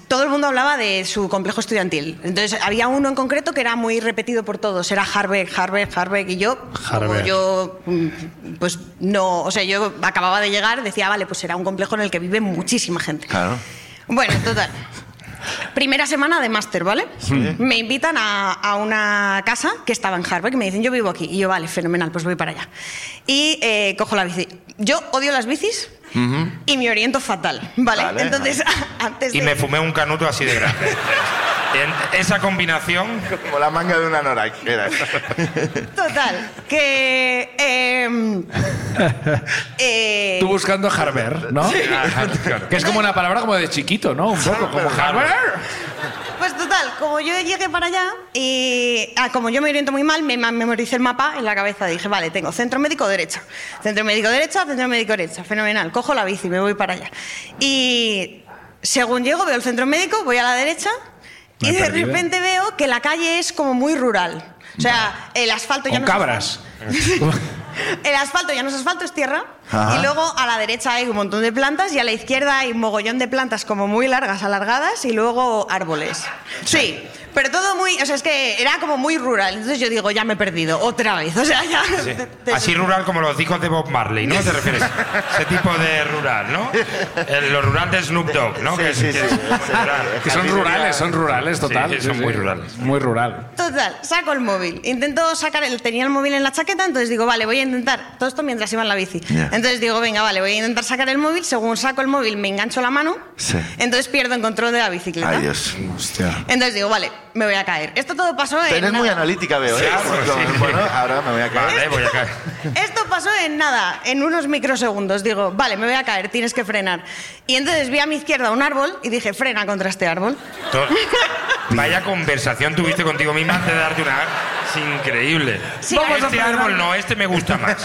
S6: todo el mundo hablaba de su complejo estudiantil. Entonces, había uno en concreto que era muy repetido por todos. Era Harbeck, Harbeck, Harbeck. Y yo, como
S1: Harbeck.
S6: yo, mm, pues no, o sea, yo acababa de llegar, decía, vale, pues será un complejo en el que vive muchísima gente.
S2: Claro.
S6: Bueno, total. Primera semana de máster, ¿vale? Me invitan a, a una casa que estaba en Harvard, que me dicen, yo vivo aquí. Y yo, vale, fenomenal, pues voy para allá. Y eh, cojo la bici. Yo odio las bicis y me oriento fatal, ¿vale?
S2: Vale.
S6: Entonces, antes de...
S3: Y me fumé un canuto así de grande. En esa combinación.
S2: Como la manga de una Nora. Era.
S6: Total, que... em, eh,
S5: Tú buscando a Harber, ¿no? Que es como una palabra como de chiquito, ¿no? Un poco como Harber.
S6: Pues total, como yo llegué para allá y ah, como yo me oriento muy mal, me ma- memoricé el mapa en la cabeza. Dije, vale, tengo centro médico derecha, centro médico derecha, centro médico derecha. Fenomenal, cojo la bici, me voy para allá. Y según llego, veo el centro médico, voy a la derecha
S1: Me
S6: y
S1: he
S6: de
S1: perdido.
S6: repente veo que la calle es como muy rural. O sea, el asfalto ya
S1: Con
S6: no es
S1: cabras.
S6: el asfalto ya no es asfalto, es tierra.
S2: Ajá.
S6: Y luego a la derecha hay un montón de plantas y a la izquierda hay un mogollón de plantas como muy largas, alargadas y luego árboles. Sí, pero todo muy. O sea, es que era como muy rural. Entonces yo digo, ya me he perdido, otra vez. O sea, ya. te- te-
S3: Así rural como los discos de Bob Marley, ¿no? ¿Te refieres? Ese tipo de rural, ¿no? El- lo rural de Snoop Dogg, ¿no?
S2: Sí,
S3: Que es-
S2: sí,
S3: que
S2: sí.
S3: es rural.
S5: Que son rurales, son rurales, total.
S3: Sí, son muy rurales.
S5: Muy rural.
S6: Total, saco el móvil. Intento sacar el. Tenía el móvil en la chaqueta, entonces digo, vale, voy a intentar. Todo esto mientras iba en la bici.
S2: Ya.
S6: Entonces digo, venga, vale, voy a intentar sacar el móvil. Según saco el móvil, me engancho la mano.
S2: Sí.
S6: Entonces pierdo el control de la bicicleta.
S2: Ay, Dios. Hostia.
S6: Entonces digo, vale, me voy a caer. Esto todo pasó en.
S2: Eres muy
S6: nada.
S2: analítica, veo. ¿eh?
S3: Sí,
S2: Porque,
S3: sí.
S2: Bueno, ahora me voy a caer.
S3: Vale, voy a caer.
S6: Esto pasó en nada, en unos microsegundos. Digo, vale, me voy a caer, tienes que frenar. Y entonces vi a mi izquierda un árbol y dije, frena contra este árbol.
S3: To- Vaya conversación tuviste contigo misma antes de darte una. Es increíble.
S6: Sí, vamos a
S3: este
S6: perdonar.
S3: árbol no, este me gusta más.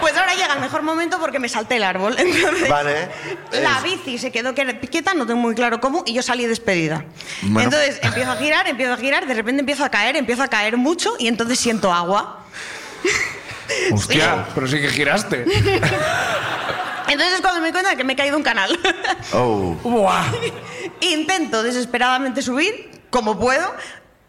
S6: Pues ahora llega el mejor momento porque me salté el árbol. Entonces,
S2: Vale.
S6: La
S2: Es-
S6: bici se quedó que- quieta, no tengo muy claro cómo, y yo salí despedida.
S2: Bueno.
S6: Entonces empiezo a girar, empiezo a girar, de repente empiezo a caer, empiezo a caer mucho y entonces siento agua.
S5: Hostia, pero sí que giraste.
S6: Entonces es cuando me doy cuenta de que me he caído un canal.
S2: Oh.
S5: Buah.
S6: Intento desesperadamente subir, como puedo,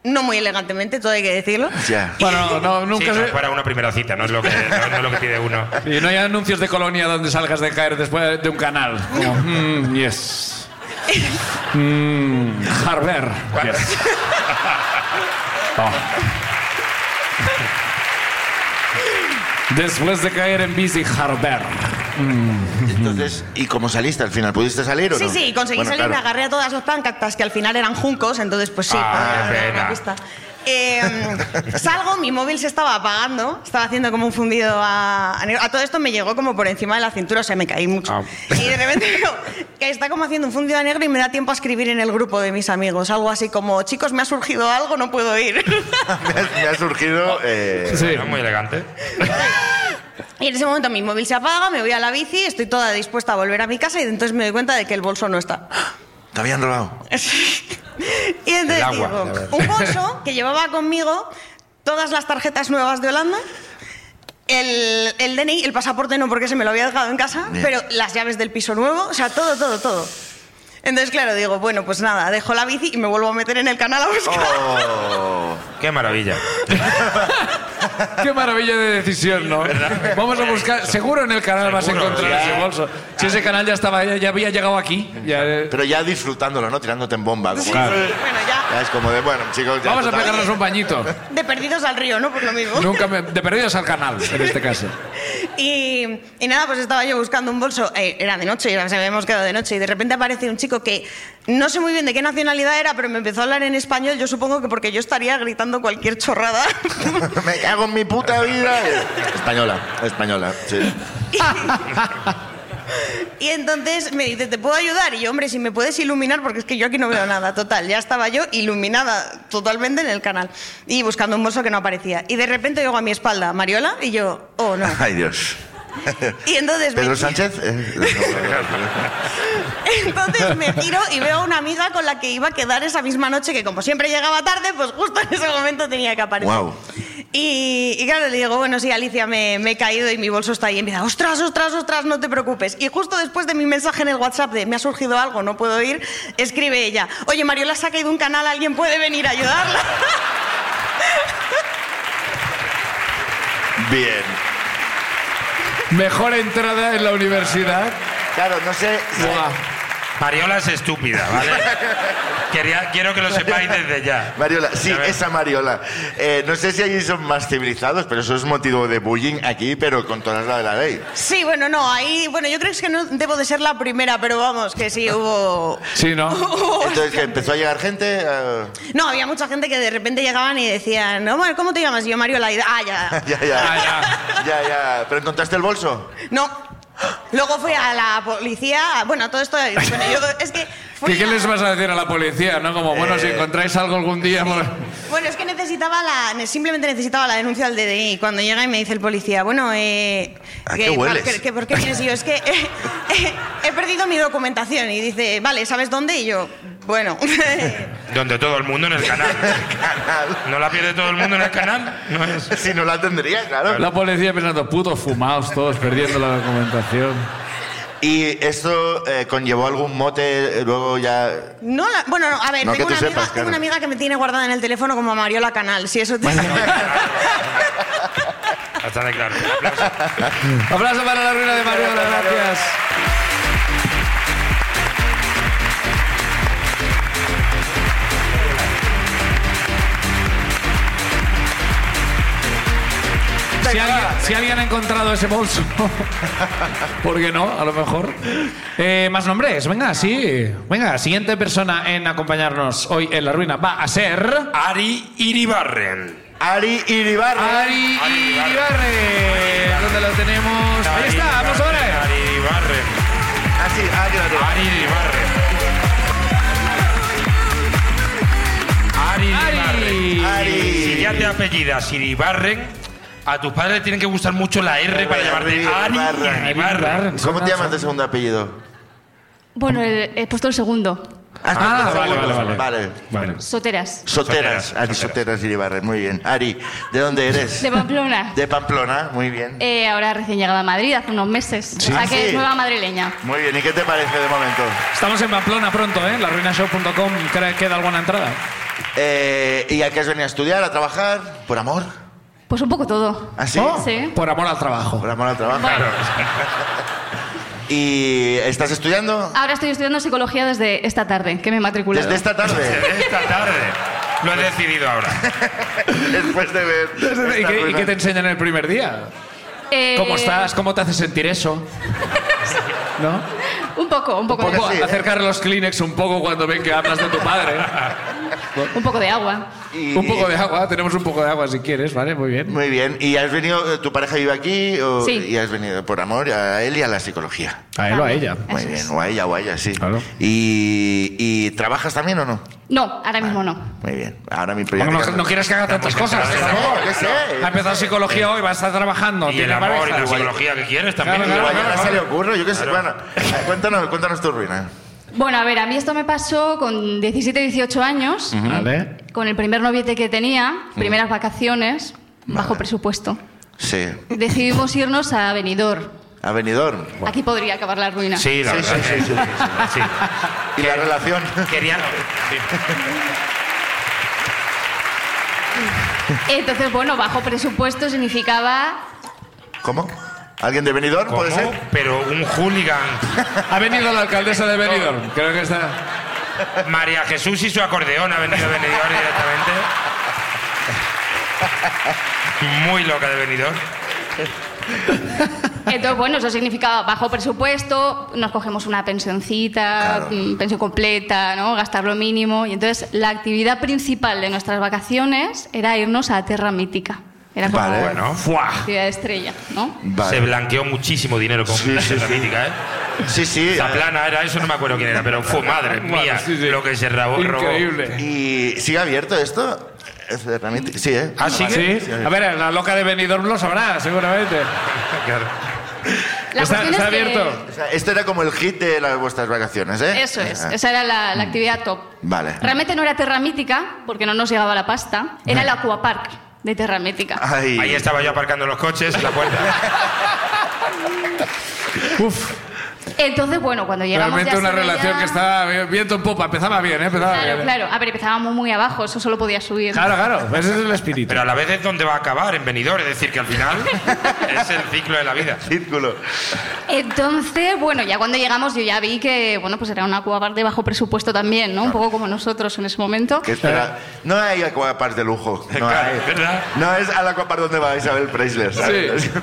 S6: no muy elegantemente, todo hay que decirlo.
S2: Ya.
S5: Bueno, no,
S3: Sí,
S5: nunca
S3: no es
S5: sé.
S3: para una primera cita, no es lo que, no, no es lo que pide uno.
S5: Y no hay anuncios de colonia donde salgas de caer después de un canal. Como, mm, yes. Mm, Harber. Yes. Oh. Después de caer en bici, Harber.
S2: Entonces, ¿y cómo saliste al final? ¿Pudiste salir o
S6: Sí,
S2: no?
S6: sí, conseguí
S2: Bueno,
S6: salir, me
S2: claro.
S6: agarré a todas las pancartas que al final eran juncos, entonces pues sí.
S3: Ah,
S6: podía
S3: qué
S6: haber
S3: pena.
S6: una pista. Eh, salgo, mi móvil se estaba apagando, estaba haciendo como un fundido a, a negro. A todo esto me llegó como por encima de la cintura, o sea, me caí mucho.
S2: Ah.
S6: Y de repente veo que está como haciendo un fundido a negro y me da tiempo a escribir en el grupo de mis amigos, algo así como, chicos, me ha surgido algo, no puedo ir.
S2: Me ha, me ha surgido. eh,
S5: Sí.
S3: No es muy elegante.
S6: Y en ese momento mi móvil se apaga, me voy a la bici, estoy toda dispuesta a volver a mi casa y entonces me doy cuenta de que el bolso no está.
S2: Te habían robado.
S6: Y entonces
S3: El agua, la
S6: digo, un bolso que llevaba conmigo todas las tarjetas nuevas de Holanda, el, el DNI, el pasaporte no porque se me lo había dejado en casa,
S2: Bien.
S6: pero las llaves del piso nuevo, o sea, todo, todo, todo. Entonces, claro, digo, bueno, pues nada, dejo la bici y me vuelvo a meter en el canal a buscar.
S2: Oh.
S3: Qué maravilla.
S5: Qué maravilla de decisión, ¿no? Vamos a buscar. Seguro en el canal vas a
S3: Seguro,
S5: encontrar
S3: sí.
S5: ese bolso. Si ese canal ya estaba, ya, ya había llegado aquí. Ya, eh.
S2: Pero ya disfrutándolo, ¿no? Tirándote en bomba. como-
S6: Sí, sí, bueno, ya,
S2: Ya es como de, bueno, chicos, ya
S5: Vamos a
S2: total.
S5: pegarnos un bañito.
S6: de perdidos al río, ¿no? Por lo mismo.
S5: Nunca me, de perdidos al canal, en este caso.
S6: Y, y nada, pues estaba yo buscando un bolso, eh, era de noche, ya nos habíamos quedado de noche, y de repente aparece un chico que no sé muy bien de qué nacionalidad era, pero me empezó a hablar en español, yo supongo que porque yo estaría gritando cualquier chorrada.
S2: Me cago en mi puta vida. Española, española, sí.
S6: y entonces me dice, ¿te puedo ayudar? Y yo, hombre, si me puedes iluminar, porque es que yo aquí no veo nada, total, ya estaba yo iluminada totalmente en el canal, y buscando un bolso que no aparecía. Y de repente oigo a mi espalda, Mariola, y yo, oh no.
S2: Ay, Dios.
S6: Y entonces me-
S2: Pedro Sánchez. eh,
S6: Entonces me tiro y veo a una amiga con la que iba a quedar esa misma noche, que como siempre llegaba tarde, pues justo en ese momento tenía que aparecer.
S2: Guau.
S6: Y, y claro, le digo, bueno, sí, Alicia, me, me he caído y mi bolso está ahí. Y empieza, ostras, ostras, ostras, no te preocupes. Y justo después de mi mensaje en el WhatsApp de me ha surgido algo, no puedo ir, escribe ella, oye, Mariola se ha caído un canal, ¿alguien puede venir a ayudarla?
S2: Bien.
S5: Mejor entrada en la universidad.
S2: Claro, no sé.
S5: Buah.
S3: Mariola es estúpida, ¿vale? Quería, quiero que lo sepáis desde ya.
S2: Mariola, sí,
S3: A ver.
S2: esa Mariola. Eh, no sé si allí son más civilizados, pero eso es motivo de bullying aquí, pero con todas las de la ley.
S6: Sí, bueno, no, ahí, bueno, yo creo que es que no debo de ser la primera, pero vamos, que sí hubo...
S5: Sí, ¿no?
S6: hubo
S2: Entonces, que empezó a llegar gente. eh,
S6: No, había mucha gente que de repente llegaban y decían, no, bueno, ¿cómo te llamas? Y yo, Mariola. Y, ah, ya.
S2: ya, ya.
S5: Ah,
S2: ya, ya. ¿Pero encontraste el bolso?
S6: No. Luego fui a la policía, a- bueno, a todo esto, bueno, yo, es que... fui
S5: ¿Qué, qué
S6: a-
S5: les vas a decir a la policía? ¿No? Como, bueno, si encontráis algo algún día. bueno.
S6: Bueno, es que necesitaba la, ne- simplemente necesitaba la denuncia del DDI. Cuando llega y me dice el policía, bueno, eh,
S2: ¿A qué hueles?
S6: que- que ¿por qué vienes? Y yo, es que eh, eh, he perdido mi documentación. Y dice, vale, ¿sabes dónde? Y yo, bueno,
S3: Donde todo el mundo en el canal. ¿No la pierde todo el mundo en el canal? No es.
S2: Si no la tendría, claro.
S5: La policía pensando, putos fumados todos, perdiendo la documentación.
S2: ¿Y esto eh, conllevó algún mote eh, luego ya...?
S6: no, la- bueno, no, a ver,
S2: No, que
S6: tengo, una
S2: tú
S6: amiga,
S2: sepas,
S6: tengo
S2: claro.
S6: una amiga que me tiene guardada en el teléfono como a Mariola Canal, si eso te...
S3: Bastante claro. Un aplauso.
S5: Aplauso para la ruina de Mariola, gracias. Si alguien, si alguien ha encontrado ese bolso, ¿por qué no? A lo mejor.
S1: Eh, más nombres, venga, sí. Venga, siguiente persona en acompañarnos hoy en la ruina va a ser.
S3: Ari Iribarren.
S2: Ari Iribarra.
S1: Ari Iribarre. ¿Dónde lo tenemos? Ahí está, vamos a ver.
S3: Ari Iribarren.
S2: Ah, sí, ah, claro.
S3: Ari Iribarren. ya te apellidas Iribarren, a tus padres le tienen que gustar mucho la R para llamarte
S2: Iribarren.
S3: Ari Iribarren.
S2: ¿Cómo te llamas de segundo apellido?
S7: Bueno, el- he puesto el segundo.
S1: Ah,
S2: has puesto
S1: vale,
S2: segundos.
S1: vale, vale.
S2: Vale.
S1: Bueno.
S7: Soteras.
S2: Soteras,
S3: Soteras,
S2: Ari
S3: Soteras.
S2: Soteras Iribarren, muy bien. Ari, ¿de dónde eres?
S7: De Pamplona.
S2: De Pamplona, muy bien.
S7: Eh, ahora recién llegada a Madrid, hace unos meses.
S2: Sí.
S7: O
S2: Ah,
S7: sea que
S2: sí.
S7: es nueva madrileña.
S2: Muy bien, ¿y qué te parece de momento?
S1: Estamos en Pamplona pronto, ¿eh? Larruinashow.com, ¿cre- ¿queda alguna entrada?
S2: Eh, ¿Y a qué has venido a estudiar, a trabajar? ¿Por amor?
S7: Pues un poco todo.
S2: ¿Así?
S1: Oh,
S7: Sí.
S1: Por amor al trabajo.
S2: Por amor al trabajo. ¿Y estás
S1: Ah,
S2: estudiando?
S7: Ahora estoy estudiando psicología desde esta tarde, que me he matriculado.
S2: Desde esta tarde,
S3: Esta tarde. Lo he decidido ahora.
S2: después de ver.
S1: ¿Y
S2: esta
S1: qué, y
S2: ruina.
S1: qué te enseñan el primer día?
S7: Eh,
S1: ¿Cómo estás? ¿Cómo te hace sentir eso? ¿No?
S7: Un poco, un poco,
S2: Un
S7: un
S2: poco
S7: poco,
S2: sí, ¿eh?
S1: Acercar los Kleenex un poco cuando ven que hablas de tu padre.
S7: de agua.
S2: Y-
S1: Un poco de agua, tenemos un poco de agua si quieres, ¿vale? Muy bien.
S2: Muy bien, ¿y has venido, eh, tu pareja vive aquí? O,
S7: Sí.
S2: ¿Y has venido por amor a él y a la psicología?
S1: A él o a ella.
S2: Muy
S7: Eso
S2: bien,
S7: es.
S2: o a ella o a ella, sí.
S1: Claro.
S2: ¿Y, y trabajas también o no?
S7: No, ahora mismo no.
S2: Muy bien, ahora mi
S1: No,
S2: proyecto.
S1: no- no quieres que haga tantas cosas.
S3: cansado
S1: por
S3: del
S1: favor.
S3: amor,
S2: ¿Qué sé?
S1: Ha empezado psicología hoy, va a estar trabajando.
S3: Y
S1: tiene
S3: el amor y
S1: pareja.
S3: la psicología que quieres también.
S1: Claro,
S2: Igual
S1: claro,
S2: ya
S1: claro.
S2: se le ocurre, yo qué sé. Bueno, eh, cuéntanos, cuéntanos tu ruina.
S7: Bueno, a ver, a mí esto me pasó con 17, 18 años,
S1: Vale.
S7: con el primer noviete que tenía,
S2: Mm.
S7: primeras vacaciones, bajo presupuesto.
S2: Sí.
S7: Decidimos irnos a Benidorm.
S2: A Benidorm.
S7: Aquí podría acabar la ruina.
S3: Sí, la
S2: Sí,
S3: verdad.
S2: sí, sí,
S3: que-
S2: sí,
S3: sí.
S2: ¿Y la relación?
S3: Querían.
S7: Entonces, bueno, bajo presupuesto significaba
S2: ¿Cómo? ¿Alguien de Benidorm
S3: ¿Cómo?
S2: puede ser?
S3: Pero un hooligan.
S1: Ha venido la alcaldesa de Benidorm. Creo que está.
S3: María Jesús y su acordeón ha venido a Benidorm directamente. Muy loca de Benidorm.
S7: Entonces, bueno, eso significaba bajo presupuesto, nos cogemos una pensioncita,
S2: Claro.
S7: mm, pensión completa, ¿no? Gastar lo mínimo. Y entonces la actividad principal de nuestras vacaciones era irnos a Tierra Mítica. Era como
S2: Vale.
S7: la
S3: Bueno, ¡fua!
S7: actividad estrella, ¿no?
S2: Vale.
S3: Se blanqueó muchísimo dinero con
S2: Sí,
S3: la
S2: sí,
S3: Tierra
S2: sí.
S3: mítica, ¿eh?
S2: Sí, sí. eh,
S3: Zaplana era eso, no me acuerdo quién era, pero fue madre mía
S5: sí, sí.
S3: lo que se rabo- robó.
S5: Increíble.
S2: ¿Y sigue abierto esto? Es realmente- Sí, ¿eh?
S3: ¿Ah, sigue?
S1: ¿Sí? A ver, la loca de Benidorm lo sabrá, seguramente.
S3: Claro.
S7: La
S1: está
S7: cuestión
S1: está
S7: es que-
S1: abierto.
S2: O sea, esto era como el hit de las vuestras vacaciones, ¿eh?
S7: Eso es,
S2: Ah,
S7: esa era la, la actividad top.
S2: Vale.
S7: Realmente no era Terra Mítica, porque no nos llegaba la pasta, era el Aquapark de Terra Mítica.
S2: Ay.
S3: Ahí estaba yo aparcando los coches en la puerta.
S1: Uf,
S7: Entonces, bueno, cuando llegamos
S5: Realmente
S7: ya
S5: una
S7: a Sevilla-
S5: relación que estaba bien- viento en popa. Empezaba bien, ¿eh? Empezaba
S7: Claro,
S5: bien.
S7: claro. A ver, empezábamos muy abajo, eso solo podía subir.
S1: Ah, claro, claro. Ese es el espíritu.
S3: Pero a la vez es donde va a acabar, en Benidorm. Es decir, que al final es el ciclo de la vida.
S2: Círculo.
S7: Entonces, bueno, ya cuando llegamos yo ya vi que, bueno, pues era una cuba de bajo presupuesto también, ¿no? Un poco como nosotros en ese momento.
S2: Que espera. No hay acuapar de lujo. No
S3: Claro,
S2: hay.
S3: ¿verdad?
S2: No es al acuapar donde va Isabel Preisler. ¿sabes?
S5: Sí, sí.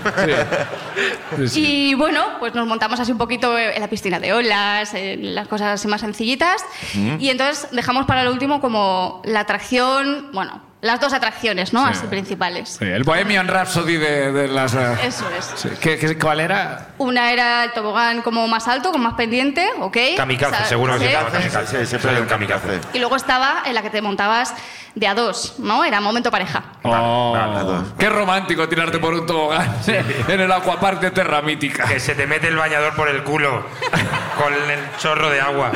S5: Sí, sí.
S7: Y bueno, pues nos montamos así un poquito en la piscina de olas, en las cosas así más sencillitas. Y entonces dejamos para lo último como la atracción, bueno, las dos atracciones, ¿no? Así principales.
S5: Sí, El Bohemian Rhapsody de, de las... eh,
S7: Eso es.
S5: sí. ¿Qué- qué- cuál era?
S7: Una era el tobogán como más alto, con más pendiente, ¿ok?
S3: Kamikaze,
S7: Sa-
S3: seguro que
S7: ¿sí?
S3: se llama
S2: Sí, sí,
S3: kamikaze.
S2: sí, siempre
S3: Soy
S2: hay
S3: un kamikaze.
S7: Y luego estaba en la que te montabas de a dos, ¿no? Era momento pareja.
S5: Oh,
S3: vale,
S2: dos.
S5: qué romántico tirarte por un tobogán en el acuapark de Terra Mítica.
S3: Que se te mete el bañador por el culo con el chorro de agua.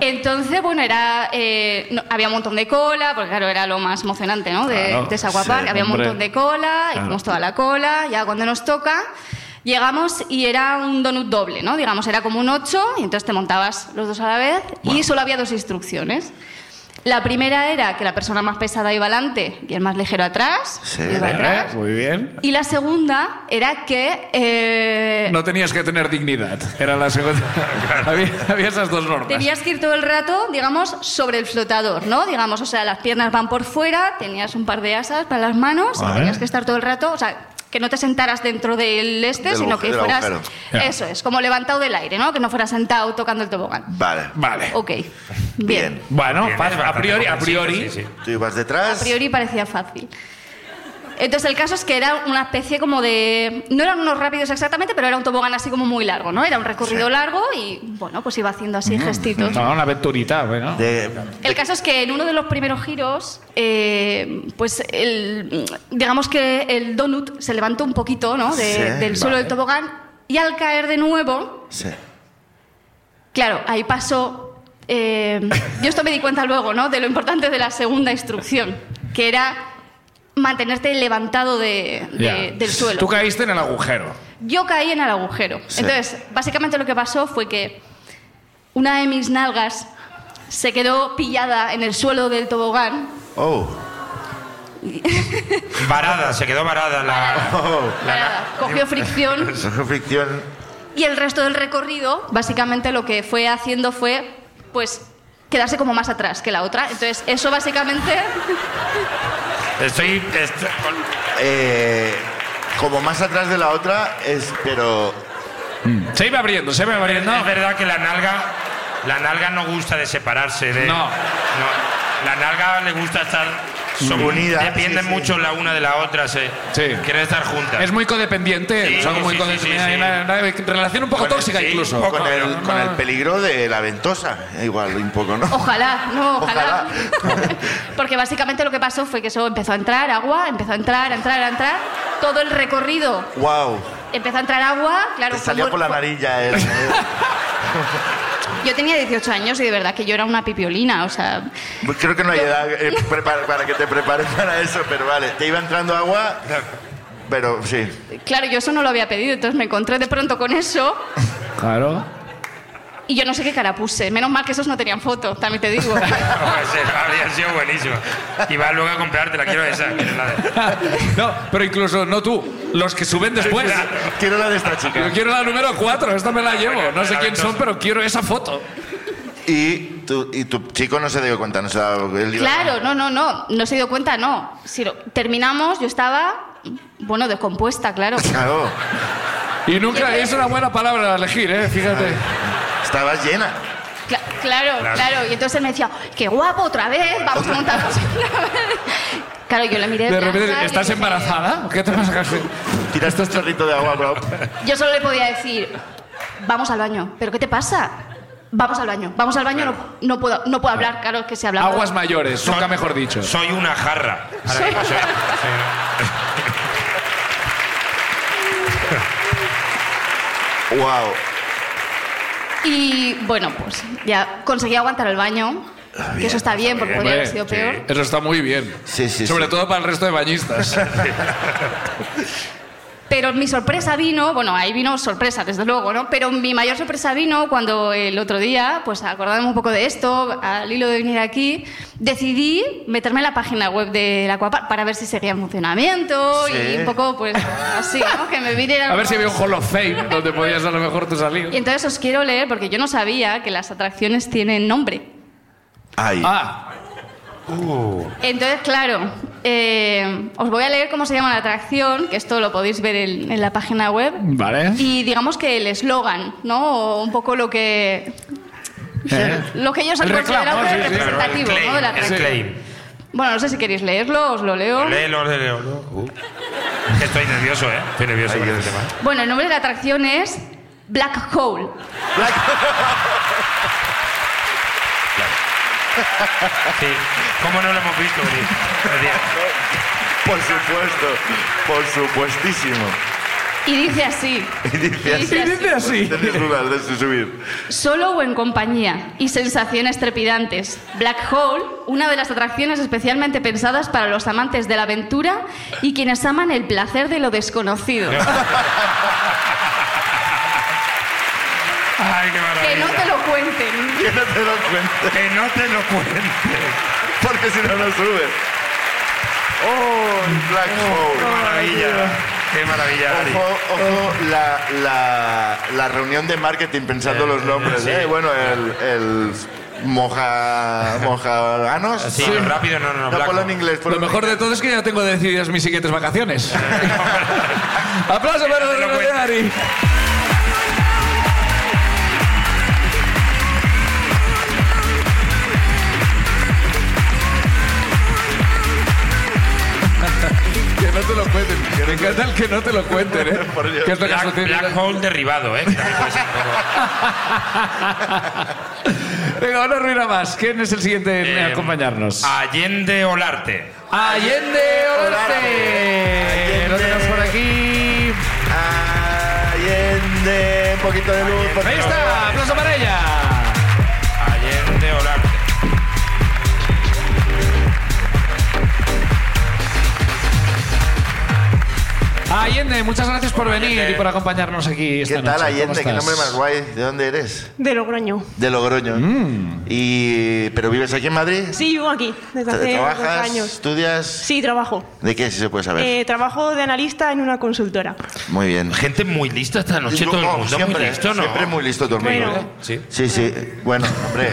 S7: Entonces, bueno, era eh, no- había un montón de cola, porque claro, era lo más emocionante, ¿no? De,
S5: Claro,
S7: de esa guapa.
S5: sí,
S7: había un
S5: hombre.
S7: montón de cola,
S5: Claro.
S7: hicimos toda la cola, ya cuando nos toca, llegamos y era un donut doble, ¿no? Digamos, era como un 8, y entonces te montabas los dos a la vez, y solo había dos instrucciones. La primera era que la persona más pesada iba adelante y el más ligero atrás.
S2: Sí,
S7: iba
S2: ¿eh?
S7: atrás.
S5: Muy bien.
S7: Y la segunda era que... eh,
S5: No tenías que tener dignidad. Era la segunda. había, había esas dos normas.
S7: Tenías que ir todo el rato, digamos, sobre el flotador, ¿no? Digamos, o sea, las piernas van por fuera, tenías un par de asas para las manos, y
S1: Vale.
S7: tenías que estar todo el rato, o sea, que no te sentaras dentro del este,
S2: Del
S7: sino
S2: agujero,
S7: que
S2: del
S7: fueras.
S2: agujero.
S1: Ya.
S7: Eso es, como levantado del aire, ¿no? Que no fueras sentado tocando el tobogán.
S2: Vale.
S1: Vale.
S7: Ok, bien.
S2: Bien.
S1: Bueno,
S3: Bien,
S1: pa-
S3: es bastante
S1: a priori, a
S3: comprensible,
S1: priori.
S3: sí, sí.
S2: Tú ibas
S7: A
S2: detrás.
S7: priori parecía fácil. Entonces el caso es que era una especie como de... No eran unos rápidos exactamente, pero era un tobogán así como muy largo, ¿no? Era un recorrido largo y, bueno, pues iba haciendo
S1: Mm,
S7: así gestitos.
S1: No, una aventurita, bueno.
S2: De-
S7: El caso es que en uno de los primeros giros, eh, pues el, digamos que el donut se levantó un poquito ¿no? De-
S2: Sí,
S7: del suelo
S1: vale.
S7: del tobogán y al caer de nuevo,
S2: sí.
S7: claro, ahí pasó... eh, yo esto me di cuenta luego, ¿no? De lo importante de la segunda instrucción, que era mantenerte levantado de- de-
S1: Ya.
S7: del suelo.
S1: Tú caíste en el agujero.
S7: Yo caí en el agujero.
S2: Sí.
S7: Entonces, básicamente lo que pasó fue que una de mis nalgas se quedó pillada en el suelo del tobogán
S2: Oh.
S3: Varada, se quedó varada la.
S2: Oh.
S7: Nada, cogió fricción
S2: Es una ficción.
S7: y el resto del recorrido básicamente lo que fue haciendo fue pues quedarse como más atrás que la otra. Entonces eso básicamente
S3: Estoy. est- con-
S2: Eh, como más atrás de la otra, es, pero
S1: Se iba abriendo, se iba abriendo.
S3: Es verdad que la nalga. La nalga no gusta de separarse. De,
S1: No.
S3: No, La nalga le gusta estar.
S2: Unida,
S3: Dependen
S2: sí, sí.
S3: mucho la una de la otra. Se,
S1: Sí.
S3: Quieren estar juntas.
S1: Es muy codependiente.
S3: Sí,
S1: o sea, muy
S3: sí,
S1: codependiente.
S3: sí, sí,
S1: Hay
S3: sí.
S1: Una, una relación un poco
S3: Bueno,
S1: tóxica
S3: sí,
S1: incluso.
S3: un poco.
S2: con el,
S1: no,
S2: con el
S1: no.
S2: peligro de la ventosa. Igual, un poco, ¿no?
S7: ojalá, no, ojalá.
S2: Ojalá.
S7: Porque básicamente lo que pasó fue que eso empezó a entrar agua, empezó a entrar, a entrar, a entrar. Todo el recorrido
S2: ¡Wow!
S7: empezó a entrar agua, claro.
S2: Te
S7: fue
S2: salía
S7: muy-
S2: por la
S7: fue-
S2: nariz ya el. eh,
S7: Yo tenía 18 años y de verdad que yo era una pipiolina, o sea,
S2: Creo que no hay edad eh, prepar- para que te prepares para eso, pero vale. Te iba entrando agua, pero sí.
S7: claro, yo eso no lo había pedido, entonces me encontré de pronto con eso
S1: Claro.
S7: Y yo no sé qué cara puse. Menos mal que esos no tenían foto, también te digo.
S3: Habría sido buenísimo. Y vas luego a comprarte, la quiero esa. quiero la de-
S1: no, pero incluso no tú, los que suben después.
S2: Quiero la de esta chica.
S1: Yo quiero la número 4, esta me la llevo. No sé quién son, pero quiero esa foto.
S2: Y tu, y tu chico no se dio cuenta, no se ha dado él iba-
S7: claro, no, no, no. No se dio cuenta, no. Si lo- terminamos, yo estaba, bueno, descompuesta, claro.
S2: Claro,
S1: Y nunca es una buena palabra a elegir, ¿eh? Fíjate.
S2: estabas llena.
S7: Cla- claro, claro, Y entonces él me decía, qué guapo, otra vez, vamos a montarnos otra vez. Claro, yo le miré.
S1: De
S7: blanca
S1: repente,
S7: y
S1: ¿estás
S7: dije,
S1: embarazada? ¿Qué te pasa, Ángel?
S2: Tiraste un chorrito de agua, bro.
S7: Yo solo le podía decir, vamos al baño. ¿Pero qué te pasa? Vamos al baño, vamos al baño, no, no puedo, no puedo hablar, claro que se hablaba.
S1: Aguas mayores, nunca mejor dicho.
S3: Soy una jarra. Ahora
S7: Soy-
S3: mismo soy-
S2: ¡Wow!
S7: Y bueno, pues ya conseguí aguantar el baño, que eso está Ah, bien, porque podría haber sido
S1: Hombre,
S7: peor.
S1: Eso está muy bien.
S2: Sí, sí,
S1: Sobre
S2: sí.
S1: todo para el resto de bañistas.
S7: Pero mi sorpresa vino, bueno, ahí vino sorpresa, desde luego, ¿no? Pero mi mayor sorpresa vino cuando el otro día, pues acordándome un poco de esto, al hilo de venir aquí, decidí meterme en la página web del Aquapark para ver si seguía en funcionamiento
S2: Sí.
S7: y un poco, pues así, ¿no? Que me viniera.
S1: A ver si había un Hall of Fame donde podías a lo mejor tú
S7: Y
S1: salir.
S7: entonces os quiero leer, porque yo no sabía que las atracciones tienen nombre.
S2: Ay.
S1: Ah,
S7: Entonces, claro, eh, os voy a leer cómo se llama la atracción, que esto lo podéis ver en, en la página web.
S1: vale.
S7: Y digamos que el eslogan, ¿no? O un poco lo que.
S1: Eh.
S7: Lo que ellos han
S1: El reclamo,
S7: considerado que
S1: sí,
S7: es
S1: sí,
S3: Claro, el
S7: representativo, ¿no?
S3: claim.
S7: De la
S3: El
S7: atracción.
S3: claim.
S7: Bueno, no sé si queréis leerlo, os lo leo.
S3: Léelo, léelo. Uh. Que Estoy nervioso, ¿eh? Estoy nervioso con este tema.
S7: Bueno, el nombre de la atracción es Black Hole.
S3: Sí. ¿Cómo no lo hemos visto venir? Es decir,
S2: Por supuesto. Por supuestísimo.
S7: Y dice así.
S2: Y dice así.
S1: así.
S2: Tienes dudas de su subir.
S7: Solo o en compañía y sensaciones trepidantes. Black Hole, una de las atracciones especialmente pensadas para los amantes de la aventura y quienes aman el placer de lo desconocido.
S3: Ay, qué
S7: Que no
S3: maravilla.
S7: te lo cuenten.
S2: Que no te lo cuentes,
S3: Que no te lo cuente.
S2: porque si no, no subes. ¡Oh, el black
S1: oh,
S3: Qué
S2: hole!
S3: maravilla. Qué maravilla, Ari.
S2: Ojo, ojo, la, la, la reunión de marketing pensando los nombres.
S3: sí.
S2: ¿eh? Bueno, el, el moja, mojaganos.
S3: Sí, lo rápido, no, no, no.
S2: No,
S3: Blanco.
S2: ponlo en inglés. ponlo
S1: Lo
S2: en
S1: mejor de todo es que ya tengo decididas mis siguientes vacaciones. Aplauso para
S3: Te lo
S1: Rodrigo de
S3: cuento.
S1: Ari. Que no te lo
S5: Me encanta el que no te lo cuenten, ¿eh?
S2: Por Dios.
S5: Que es lo que
S3: Black,
S5: sucede.
S3: black hole derribado, ¿eh?
S1: Venga, una ruina más. ¿Quién es el siguiente en
S3: Eh,
S1: acompañarnos?
S3: Allende Olarte.
S1: Allende Olarte.
S2: Olarte.
S1: Lo tenemos por aquí.
S2: Allende, un poquito de luz. por
S1: Ahí
S2: favor.
S1: está, aplauso para ella.
S3: Allende Olarte.
S1: Allende, muchas gracias por venir
S3: Allende.
S1: y por acompañarnos aquí esta
S2: ¿Qué tal,
S1: noche.
S2: Allende?
S1: ¿Cómo
S2: Qué
S1: estás?
S2: nombre más guay. ¿De dónde eres?
S8: De Logroño.
S2: De Logroño. Y, ¿Pero vives aquí en Madrid?
S8: Sí, vivo aquí desde
S2: ¿Tra-
S8: hace dos
S2: ¿Trabajas?
S8: años.
S2: ¿Estudias?
S8: Sí, trabajo.
S2: ¿De qué, si se puede saber?
S8: Eh, trabajo de analista en una consultora.
S2: Muy bien.
S3: Gente muy lista esta noche, todo el
S2: No,
S3: mundo.
S2: siempre,
S3: muy listo, ¿no?
S2: Siempre muy listo todo el mundo.
S8: Bueno.
S3: Sí.
S2: Sí, sí. Bueno, hombre.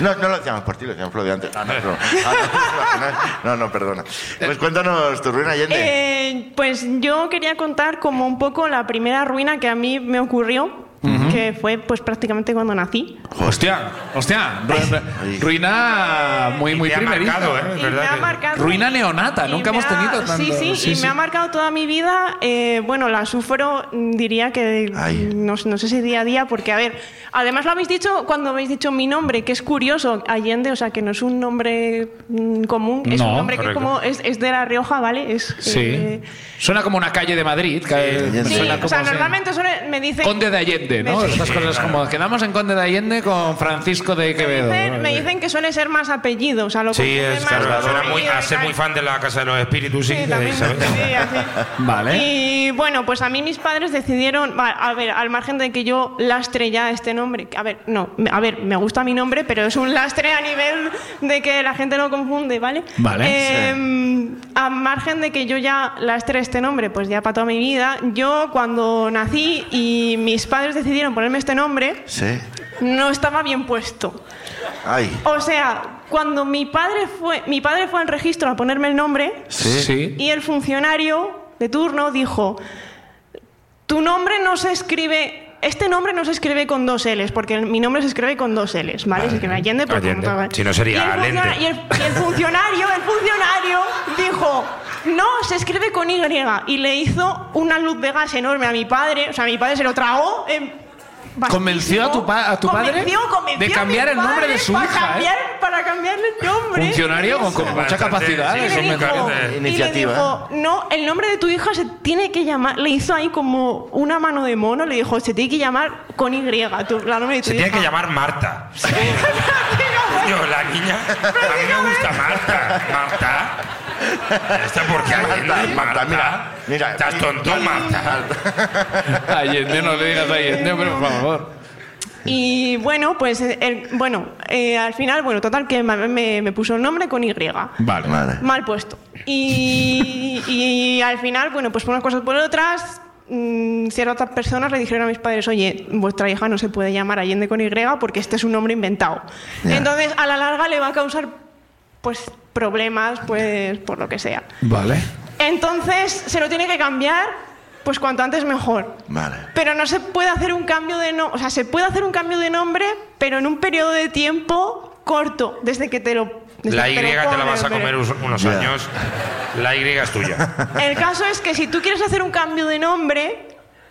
S2: No, no lo hacíamos por ti, lo hacíamos por lo de antes. Ah, no, perdón. Ah, no, no, perdona. Pues cuéntanos tu ruina, Allende.
S8: Eh, pues yo quería contar como un poco la primera ruina que a mí me ocurrió, que fue pues prácticamente cuando nací.
S1: Hostia, hostia. ru-
S2: Ay.
S1: Ruina muy,
S3: Y
S1: muy
S3: te ha
S1: primeriza.
S3: marcado, ¿eh?
S8: Y
S3: ¿Verdad
S8: me ha
S3: que-
S8: marcado-
S1: Ruina neonata,
S8: y
S1: nunca
S8: me
S1: hemos
S8: ha-
S1: tenido
S8: Sí,
S1: tanto-
S8: sí,
S1: sí,
S8: y
S1: sí.
S8: me ha marcado toda mi vida. eh, bueno, la sufro, mm, diría que
S2: Ay.
S8: no, no sé si día a día, porque a ver, además lo habéis dicho cuando habéis dicho mi nombre, que es curioso, Allende, o sea, que no es un nombre mm, común, es
S1: No,
S8: un nombre
S3: correcto.
S8: que es como, es, es de La Rioja, ¿vale? Es,
S1: Sí.
S8: eh,
S1: Suena como una calle de Madrid. que-
S2: Sí,
S8: sí,
S1: suena
S8: o sea,
S1: como-
S8: normalmente suele- me dicen...
S1: Conde de Allende, ¿no?
S8: Sí,
S1: Estas
S3: sí,
S1: cosas
S3: claro.
S1: como quedamos en Conde de Allende con Francisco de
S8: Me
S1: Quevedo.
S8: dicen, me dicen que suele ser más apellido, o sea, lo
S3: Sí,
S8: confunden
S3: es
S8: más
S3: claro,
S8: con
S3: suena
S8: apellido
S3: muy,
S8: y
S3: a ser
S8: tal.
S3: muy fan de la Casa de los Espíritus, sí,
S8: Sí, también,
S3: ¿sabes?
S8: sí, así.
S1: Vale.
S8: Y bueno, pues a mí mis padres decidieron, va, a ver, al margen de que yo lastre ya este nombre, a ver, no, me- a ver, me gusta mi nombre, pero es un lastre a nivel de que la gente lo confunde, ¿vale?
S1: Vale,
S8: Eh, A margen de que yo ya lastre este nombre, pues ya para toda mi vida, yo cuando nací y mis padres decidieron ponerme este nombre,
S2: Sí.
S8: no estaba bien puesto.
S2: Ay.
S8: O sea, cuando mi padre fue, mi padre fue al registro a ponerme el nombre,
S2: Sí.
S8: y el funcionario de turno dijo, tu nombre no se escribe... Este nombre no se escribe con dos L's, porque mi nombre se escribe con dos L's, ¿vale? Se escribe Allende, porque
S3: Allende.
S8: como-
S3: Si no sería
S8: y el
S3: Allende.
S8: funciona- Y el, y el funcionario, el funcionario dijo, no, se escribe con Y. Y le hizo una luz de gas enorme a mi padre, o sea, mi padre se lo tragó. em,
S1: ¿Convenció a tu pa- a tu padre
S8: Convenció, convenció
S1: de
S8: a mi
S1: cambiar el nombre
S8: padre
S1: de su
S8: para
S1: hija, ¿eh?
S8: Cambiar, Para cambiarle el nombre.
S1: Funcionario con- con mucha capacidad.
S3: Sí,
S8: Y
S1: ¿eh?
S8: le
S3: sí,
S8: dijo-
S3: claro.
S8: y le
S2: Iniciativa.
S8: dijo, no, el nombre de tu hija se tiene que llamar. Le hizo ahí como una mano de mono, le dijo, se tiene que llamar con Y. Tu, la nombre de tu
S3: Se tiene
S8: hija.
S3: que llamar Marta. Yo, la niña. A mí me gusta Marta. Marta. ¿Esta por qué Allende?
S2: Marta, mira, mira.
S3: Estás tonto, Marta.
S5: Allende, no le digas Allende, hombre, por favor.
S8: Y bueno, pues el- bueno, eh, al final, bueno, total que me, me- me puso el nombre con Y.
S2: Vale. Vale.
S8: Mal puesto. Y, y al final, bueno, pues por unas cosas por otras, mm, ciertas personas le dijeron a mis padres, oye, vuestra hija no se puede llamar Allende con Y porque este es un nombre inventado.
S2: Ya.
S8: Entonces, a la larga le va a causar, pues, problemas, pues, por lo que sea.
S1: Vale.
S8: Entonces, se lo tiene que cambiar, pues, cuanto antes mejor.
S2: Vale.
S8: Pero no se puede hacer un cambio de nombre, o sea, se puede hacer un cambio de nombre, pero en un periodo de tiempo corto, desde que te lo... desde
S3: La
S8: que
S3: Y
S8: lo
S3: te la
S8: ponen,
S3: vas a
S8: pero-
S3: comer us- unos
S2: Ya.
S3: años. La Y es tuya.
S8: El caso es que si tú quieres hacer un cambio de nombre,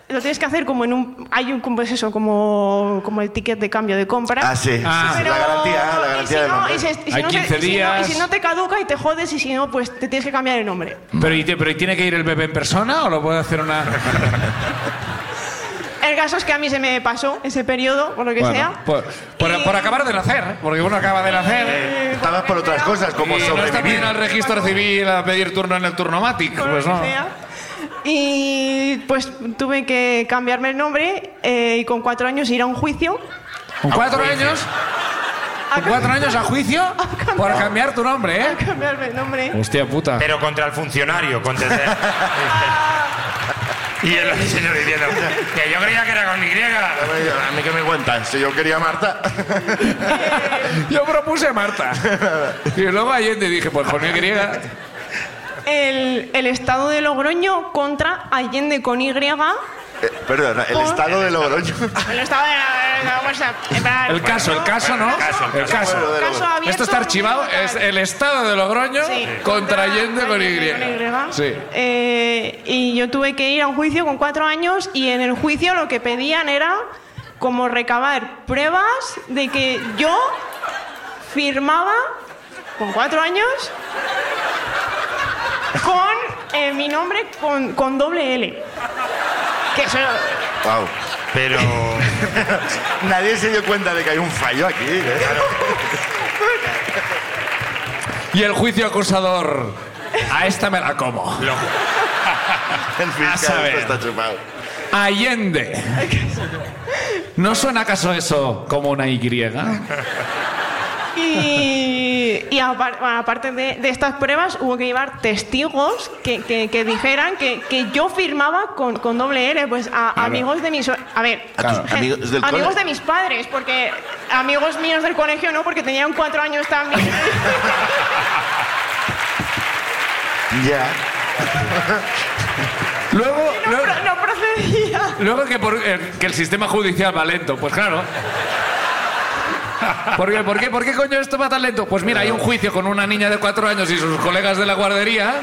S8: lo tienes que hacer como en un... Hay un... como es eso? Como, como el ticket de cambio de compra.
S2: Ah, sí.
S1: Ah.
S2: sí, sí,
S8: Pero-
S2: la garantía, ¿eh? la
S8: y si
S2: garantía del
S8: no-
S2: nombre.
S8: y si- y si
S1: Hay
S8: no te-
S1: 15
S8: y si no-
S1: días.
S8: y si no te caduca y te jodes y si no, pues te tienes que cambiar el nombre.
S1: Pero, ¿y, te- pero ¿y tiene que ir el bebé en persona o lo puede hacer una.?
S8: El caso es que a mí se me pasó ese periodo, por lo que
S1: Bueno,
S8: sea.
S1: por, por-
S8: Ah. Y-
S1: por acabar de nacer, porque uno acaba de nacer.
S2: Estabas por otras cosas, como
S1: y no está
S2: sobrevivir.
S1: pidiendo al registro civil a pedir turno en el turnomatic.
S8: con lo
S1: Pues
S8: que
S1: no.
S8: sea. Y pues tuve que cambiarme el nombre eh, y con cuatro años ir a un juicio.
S1: Con cuatro
S3: A juicio.
S1: años, con cuatro años a juicio por cambiar tu nombre, ¿eh?
S8: Cambiarme el nombre.
S1: Hostia puta.
S3: Pero contra el funcionario, contra Y el señor diciendo que yo creía que era con Y.
S2: A mí que me cuentas, si yo quería a Marta.
S1: Yo propuse Marta. Y luego Allende dije, pues con Y.
S8: El, el estado de Logroño contra Allende con Y.
S2: Eh, Perdona, el
S8: Por-
S2: estado de Logroño.
S8: El estado de, no, WhatsApp. En plan,
S1: El caso, el caso, ¿no?
S3: El caso, el
S1: El caso.
S2: Bueno, de lo-
S8: Caso abierto,
S1: Esto está archivado. Es el Estado de Logroño
S8: Sí.
S1: contra Allende con
S8: Allende
S1: Y.
S8: con Y.
S1: Sí.
S8: Eh, y yo tuve que ir a un juicio con cuatro años y en el juicio lo que pedían era como recabar pruebas de que yo firmaba con cuatro años con eh, mi nombre con, con doble L. Que eso,
S2: Wow.
S3: Pero.
S2: Nadie se dio cuenta de que hay un fallo aquí. ¿eh?
S1: Y el juicio acusador. A esta me la como.
S3: lo-
S2: El fiscal
S1: saber.
S2: esto está chupado.
S1: Allende. ¿No suena acaso eso como una Y?
S8: y y apar- bueno, aparte de, de estas pruebas hubo que llevar testigos que, que- que dijeran que, que yo firmaba con, con doble L, pues a amigos de mis... A ver,
S2: A tus
S8: gen-
S2: amigos del
S8: amigos
S2: cole.
S8: de mis padres, porque amigos míos del colegio no, porque tenían cuatro años también.
S2: Ya.
S1: Luego,
S8: no,
S1: luego,
S8: pro- no procedía.
S1: luego que, por- eh, que el sistema judicial va lento. Pues claro. ¿Por qué, por, qué, ¿Por qué coño esto va tan lento? Pues mira, hay un juicio con una niña de cuatro años y sus colegas de la guardería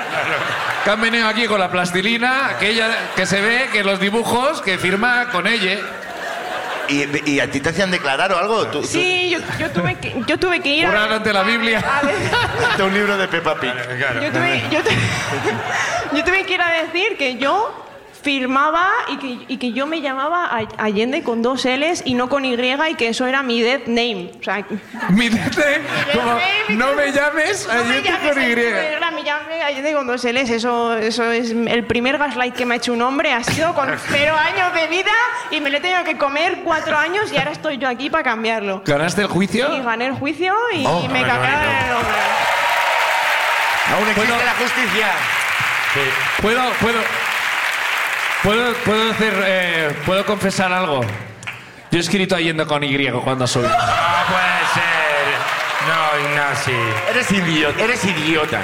S1: que han venido aquí con la plastilina, que, ella, que se ve que los dibujos que firma con ella.
S2: ¿Y, y a ti te hacían declarar o algo? ¿Tú, tú-
S8: Sí, yo, yo tuve, que, yo tuve que ir a...
S1: Jurar ante la Biblia.
S8: a de-
S2: de un libro de Peppa Pig.
S3: Claro.
S8: yo, tuve, yo, tu- yo tuve que ir a decir que yo firmaba y que, y que yo me llamaba Ay- Allende con dos L's y no con Y y que eso era mi dead name. O sea,
S1: Mírate, como no me llames,
S8: No me
S1: Allende
S8: llames
S1: con
S8: Allende
S1: Y.
S8: con Y, me llame Allende con dos L's. Eso, eso es el primer gaslight que me ha hecho un hombre. Ha sido con cero años de vida y me lo he tenido que comer cuatro años y ahora estoy yo aquí para cambiarlo.
S1: ¿Ganaste el juicio?
S8: Y gané el juicio y
S2: Oh,
S8: me
S3: qué
S8: cambiaron
S3: bonito.
S8: el nombre.
S2: Aún existe
S1: Bueno.
S2: la justicia.
S1: ¿Puedo, puedo, puedo, puedo decir, eh, puedo confesar algo? Yo he escrito Allende con Y cuando soy.
S3: No puede ser. No, Ignasi.
S2: Eres idiota. Eres idiota.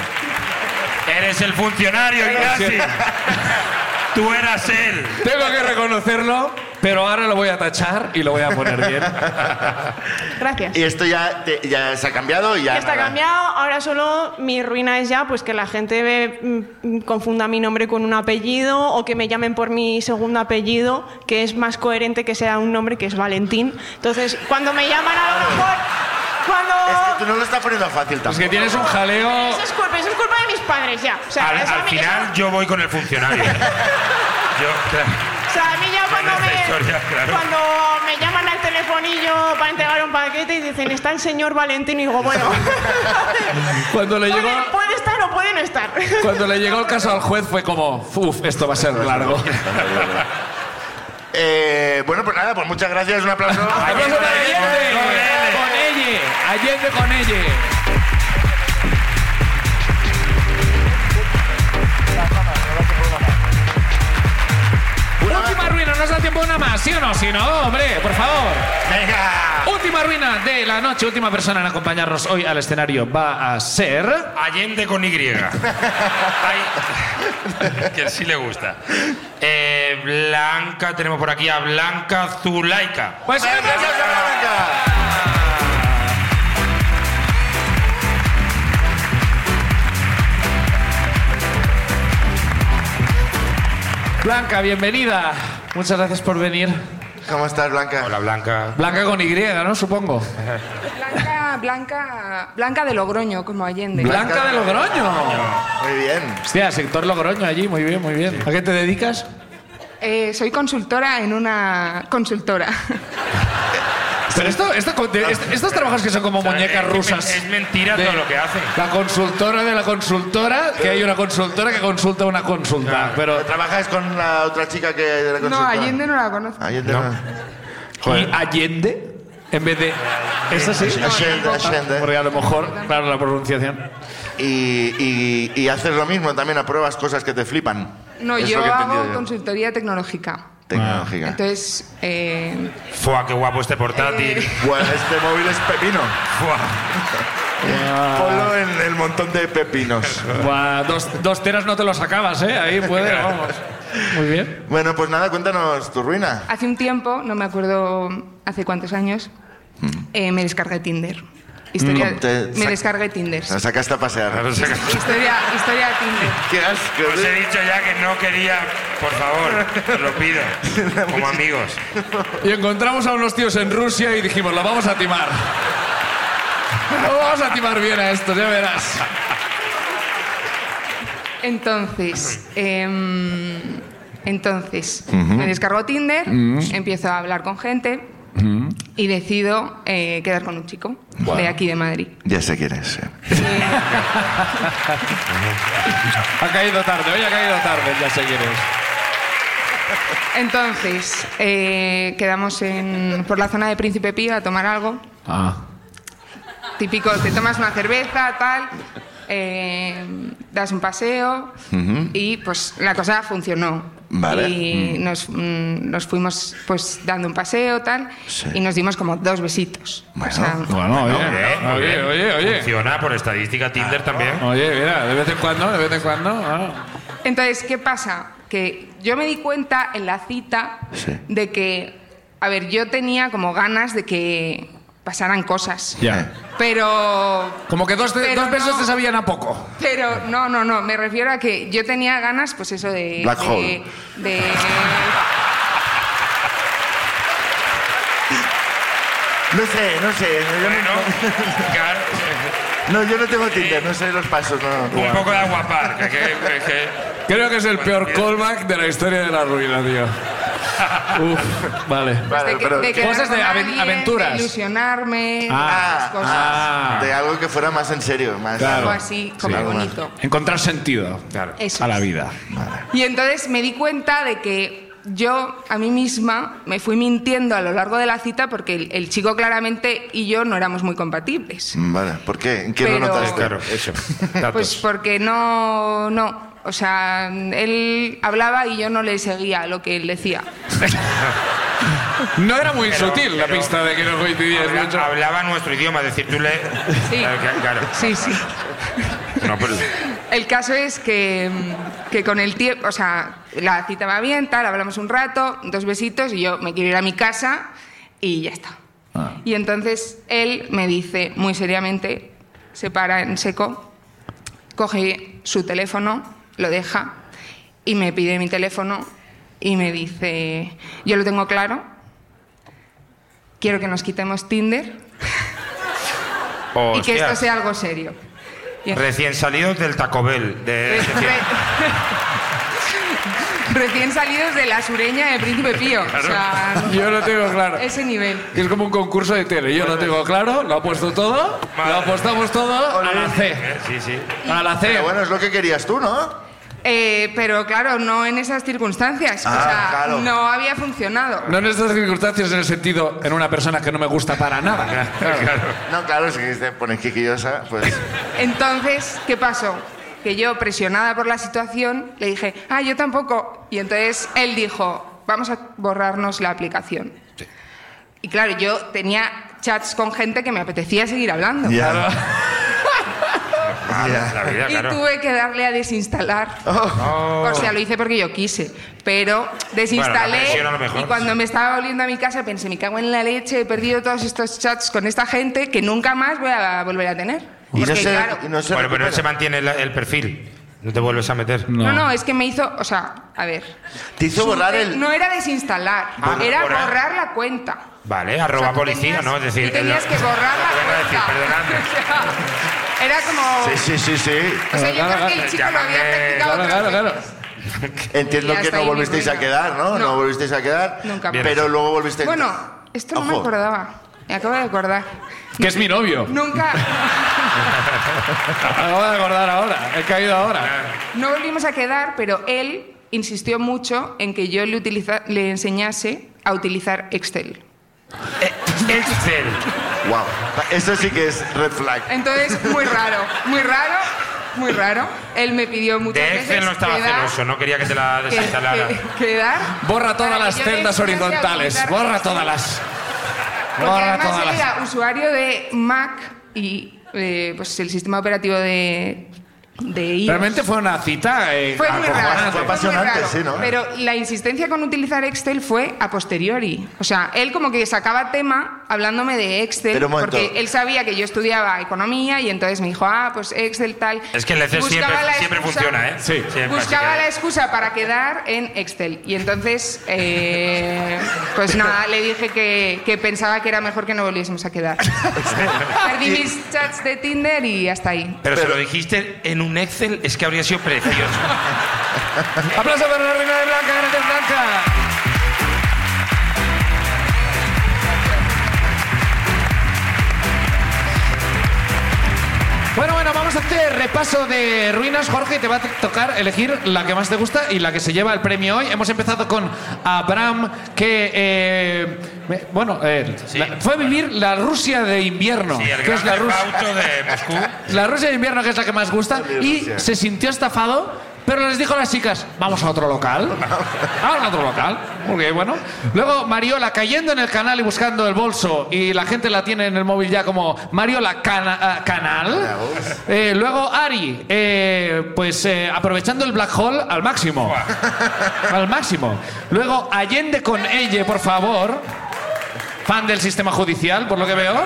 S3: Eres el funcionario, Ignasi. Tú eras él.
S1: Tengo que reconocerlo, pero ahora lo voy a tachar y lo voy a poner bien.
S8: Gracias.
S2: Y esto ya, te- ya se ha cambiado y ya.
S8: Ya está
S2: nada.
S8: cambiado, ahora solo mi ruina es ya pues que la gente ve, mm, mm, confunda mi nombre con un apellido o que me llamen por mi segundo apellido, que es más coherente que sea un nombre que es Valentín. Entonces, cuando me llaman a lo mejor,
S2: Es que tú
S8: cuando...
S2: no lo estás poniendo fácil
S1: Es que
S2: tampoco.
S1: tienes un jaleo.
S8: Eso es culpa, eso es culpa de mis padres ya. O sea,
S3: Al,
S8: eso a
S3: al
S8: mí-
S3: final yo voy con el funcionario. Yo, claro.
S8: eso- o sea, a mí ya cuando
S3: esta
S8: me,
S3: historia, claro.
S8: cuando me llaman al telefonillo para entregar un paquete y dicen, está el señor Valentín, y digo, bueno,
S1: Cuando le llegó,
S8: puede, puede estar o puede no estar.
S1: cuando le llegó el caso al juez fue como, uff, esto va a ser largo.
S2: Eh, bueno, pues nada, pues muchas gracias. Un aplauso.
S1: ¡Aplauso para
S3: Allende,
S1: Allende! Con ella, Allende con ella. Última ruina, nos da tiempo una más, ¿sí o no? Si no, hombre, por favor.
S2: Venga.
S1: Última ruina de la noche, última persona en acompañarnos hoy al escenario va a ser.
S3: Allende con Y. Ay, que sí le gusta. Eh, Blanca, tenemos por aquí a Blanca Zulaika.
S1: Pues
S2: Un aplauso para Blanca.
S1: Blanca, bienvenida. Muchas gracias por venir.
S2: ¿Cómo estás, Blanca?
S3: Hola, Blanca.
S1: Blanca con Y, ¿no? Supongo.
S9: Blanca, Blanca, Blanca de Logroño, como Allende.
S1: Blanca de Logroño.
S2: Muy bien.
S1: Hostia, sector Logroño allí, muy bien, muy bien. ¿A qué te dedicas?
S9: Eh, soy consultora en una consultora.
S1: Pero esto, esto, esto- estos trabajos que son como muñecas
S3: Es-
S1: rusas.
S3: Es mentira
S1: De-
S3: todo lo que hacen.
S1: La consultora de la consultora, que hay una consultora que consulta una consulta. Pero.
S2: ¿Trabajas con la otra chica que de la
S9: No,
S2: consulta?
S9: Allende no la conozco.
S2: Allende no.
S1: ¿Y Allende? En vez de. Eso sí.
S2: Allende, Allende.
S1: Porque a lo mejor, claro, la pronunciación.
S2: Y, y, y haces lo mismo, también apruebas cosas que te flipan.
S9: No,
S2: Es
S9: yo
S2: lo que he
S9: hago
S2: entendido yo. Ah.
S9: consultoría tecnológica.
S2: Tecnológica.
S9: Entonces, eh,
S3: Fua, qué guapo este portátil.
S9: Eh.
S2: Bueno, este móvil es pepino.
S3: Fua.
S2: Ponlo en el montón de pepinos.
S1: Buah, dos, dos teras no te los acabas, ¿eh? Ahí puede, vamos. Muy bien.
S2: Bueno, pues nada, cuéntanos tu ruina.
S9: Hace un tiempo, no me acuerdo hace cuántos años, eh, me descargué Tinder. Historia,
S2: Mm, te-
S9: me
S2: sac-
S9: descargué Tinder.
S2: La sacaste a pasear.
S3: Os
S9: Historia, historia Tinder.
S2: Qué asco.
S3: he dicho ya que no quería, por favor, os lo pido, como amigos.
S5: Y encontramos a unos tíos en Rusia y dijimos, lo vamos a timar. Lo vamos a timar bien a esto, ya verás.
S9: Entonces, em, entonces me descargo Tinder, empiezo a hablar con gente y decido eh, quedar con un chico de aquí de Madrid.
S2: Ya sé quién es. eh.
S1: Ha caído tarde, hoy ha caído tarde, ya sé quién es.
S9: Entonces, eh, quedamos en- por la zona de Príncipe Pío a tomar algo.
S1: Ah.
S9: Típico, te tomas una cerveza, tal, eh, das un paseo y pues la cosa funcionó.
S2: Vale.
S9: Y nos, mm, nos fuimos pues dando un paseo, tal,
S2: Sí.
S9: y nos dimos como dos besitos.
S2: Bueno.
S1: Bueno, oye,
S3: Eh, muy
S5: Oye,
S3: bien.
S5: oye, oye.
S3: Funciona por estadística Tinder también.
S5: Oye, mira, de vez en cuando, de vez en cuando. ah.
S9: Entonces, ¿qué pasa? Que yo me di cuenta en la cita
S2: Sí.
S9: de que, a ver, yo tenía como ganas de que pasaran cosas.
S1: Ya.
S9: Pero
S5: Como que dos,
S9: Pero
S5: dos besos
S9: no.
S5: te sabían a poco.
S9: Pero no, no, no, me refiero a que yo tenía ganas, pues eso de.
S2: Black
S9: de, pues,
S2: hole.
S9: de-
S2: No sé, no sé. Yo
S3: Bueno,
S2: no,
S3: claro,
S2: no, yo no tengo Tinder, no sé los pasos. No.
S9: Pues
S3: un poco de aguapar. que- que- que-
S5: Creo que es el peor callback de la historia de la ruina, tío. Uf, vale.
S2: Vale,
S9: de que-
S2: pero-
S9: de quedar
S1: Cosas de
S9: con
S1: aven-
S9: alguien,
S1: aventuras.
S9: de ilusionarme,
S1: Ah,
S9: esas cosas.
S1: ah.
S2: de algo que fuera más en serio, más.
S9: Algo así, como
S2: Sí.
S9: bonito.
S1: Encontrar sentido
S9: Eso
S1: a la
S9: es.
S1: vida.
S9: Y entonces me di cuenta de que yo a mí misma me fui mintiendo a lo largo de la cita porque el, el chico claramente y yo no éramos muy compatibles.
S2: Mm, Vale, ¿por qué? ¿En qué
S9: Pero-
S2: lo notaste?
S3: Claro, eso.
S9: Pues
S3: Datos.
S9: porque no, no. O sea, él hablaba y yo no le seguía lo que él decía.
S5: No era muy
S3: Pero-
S5: sutil la
S3: pero-
S5: pista de que no coincidías
S3: Habla-
S5: mucho.
S3: hablaba nuestro idioma, es decir, tú le.
S9: Sí.
S3: Claro, que- claro.
S9: Sí, sí.
S3: No, pues,
S9: El caso es que, mm, que con el tiempo, o sea, la cita va bien, tal, hablamos un rato, dos besitos y yo me quiero ir a mi casa y ya está. Y entonces él me dice muy seriamente, se para en seco, coge su teléfono, lo deja y me pide mi teléfono y me dice, yo lo tengo claro, quiero que nos quitemos Tinder y que esto
S3: hostias.
S9: sea algo serio. Y entonces-
S3: Oh, Recién salidos del Taco Bell. De,
S9: Re- re- pues, Recién salidos de la sureña de Príncipe Pío. O sea,
S5: Yo lo tengo claro.
S9: ese nivel.
S5: Que Es como un concurso de tele. Yo lo tengo claro, lo apuesto todo,
S3: Madre.
S5: lo apostamos todo a la C.
S3: Eh, sí, sí.
S5: A la C.
S2: Pero bueno, es lo que querías tú, ¿no?
S9: Eh, pero claro, no en esas circunstancias. o
S2: Ah,
S9: sea,
S2: claro.
S9: no había funcionado.
S5: No en estas circunstancias en el sentido en una persona que no me gusta para nada.
S2: No, claro, si te pones quiquillosa, pues.
S9: Entonces, ¿qué pasó? Que yo, presionada por la situación, le dije, ah, yo tampoco. Y entonces él dijo, vamos a borrarnos la aplicación. Y claro, yo tenía chats con gente que me apetecía seguir hablando.
S2: Ya.
S3: La vida,
S9: Y eh,
S3: claro.
S9: tuve que darle a desinstalar. O sea, lo hice porque yo quise. Pero
S3: Oh. Bueno, la
S9: desinstalé
S3: presión a lo mejor,
S9: y cuando me estaba volviendo a mi casa pensé, me cago en la leche, he perdido todos estos chats con esta gente que nunca más voy a volver a tener.
S2: Y no
S9: Porque,
S2: se,
S9: Pues claro,
S2: y no se
S3: Bueno, pero
S2: recupera.
S3: no se mantiene la- el perfil. No te vuelves a meter.
S9: no, no, es que me hizo, o sea, a ver.
S2: Te hizo borrar el.
S9: No era desinstalar,
S3: Ah,
S9: era
S3: borrar.
S9: borrar. la cuenta.
S3: Vale, arroba
S9: O sea, tú
S3: policía,
S9: tenías-
S3: ¿no? Es decir,
S9: tú tenías
S3: el-
S9: que borrar la
S3: Iba a decir,
S9: cuenta.
S3: perdonadme.
S9: O sea, era como...
S2: Sí, sí, sí, sí.
S9: O sea, yo
S5: Claro,
S9: creo que el chico lo había
S3: llámame.
S9: practicado
S5: Claro,
S9: otras
S5: claro, claro.
S9: veces.
S2: Entiendo
S9: Y hasta
S2: que no
S9: ahí mi
S2: volvisteis a
S9: ruina.
S2: quedar, ¿no? No,
S9: No.
S2: volvisteis a quedar.
S9: Nunca más.
S2: Pero luego volvisteis.
S9: Bueno, esto no me
S2: Ojo.
S9: acordaba. Me acabo de acordar.
S5: Que es mi novio.
S9: Nunca,
S5: Acabo de acordar ahora. He caído ahora.
S9: no volvimos a quedar, pero él insistió mucho en que yo le, utiliza- le enseñase a utilizar Excel.
S3: Excel.
S2: Wow. Eso sí que es red flag.
S9: Entonces, muy raro, muy raro, muy raro. Él me pidió muchas
S3: De
S9: veces
S3: Excel no estaba
S9: quedar-
S3: celoso, no quería que te la
S9: que-
S3: desinstalara.
S9: que- quedar.
S5: Borra todas
S9: para
S5: las
S9: que yo le
S5: celdas
S9: enseñase a
S5: horizontales.
S9: utilizar
S5: Borra
S9: Excel.
S5: todas las.
S9: Porque
S5: Borra
S9: además
S5: todas
S9: él
S5: las.
S9: era usuario de Mac y eh, pues el sistema operativo de, de iOS.
S1: Realmente fue una cita. eh,
S9: Fue muy
S1: acojonante.
S9: raro.
S2: Fue
S9: muy
S2: apasionante,
S9: raro.
S2: sí, ¿no?
S9: Pero la insistencia con utilizar Excel fue a posteriori. O sea, él como que sacaba tema hablándome de Excel.
S2: Pero un momento.
S9: porque él sabía que yo estudiaba economía y entonces me dijo, ah, pues Excel tal.
S3: Es que el Excel
S9: Buscaba
S3: siempre,
S9: la
S3: siempre
S9: excusa-
S3: funciona, ¿eh?
S1: Sí.
S3: Siempre,
S9: Buscaba
S3: así que-
S9: la excusa para quedar en Excel. Y entonces, eh, pues nada, le dije que, que pensaba que era mejor que no volviésemos a quedar. Perdí mis chats de Tinder y hasta ahí.
S3: Pero, se lo dijiste en un Excel, es que habría sido precioso.
S1: Aplauso para la reina de Blanca, gracias Blanca. Bueno, bueno, vamos a hacer repaso de ruinas, Jorge, y te va a tocar elegir la que más te gusta y la que se lleva el premio hoy. Hemos empezado con Abraham, que, eh, me- bueno, eh,
S3: Sí.
S1: la- fue a vivir la Rusia de invierno,
S3: Sí, el
S1: que es la
S3: gran
S1: Rusia.
S3: auto de Moscú.
S1: La Rusia de invierno, que es la que más gusta, y se sintió estafado, pero les dijo a las chicas, vamos a otro local. Vamos a otro local. Porque bueno. Luego Mariola cayendo en el canal y buscando el bolso, y la gente la tiene en el móvil ya como Mariola cana- ah, Canal. Eh, luego Ari, eh, pues eh, aprovechando el black hole al máximo. Al máximo. Luego Allende con Elle, por favor. Fan del sistema judicial, por lo que veo.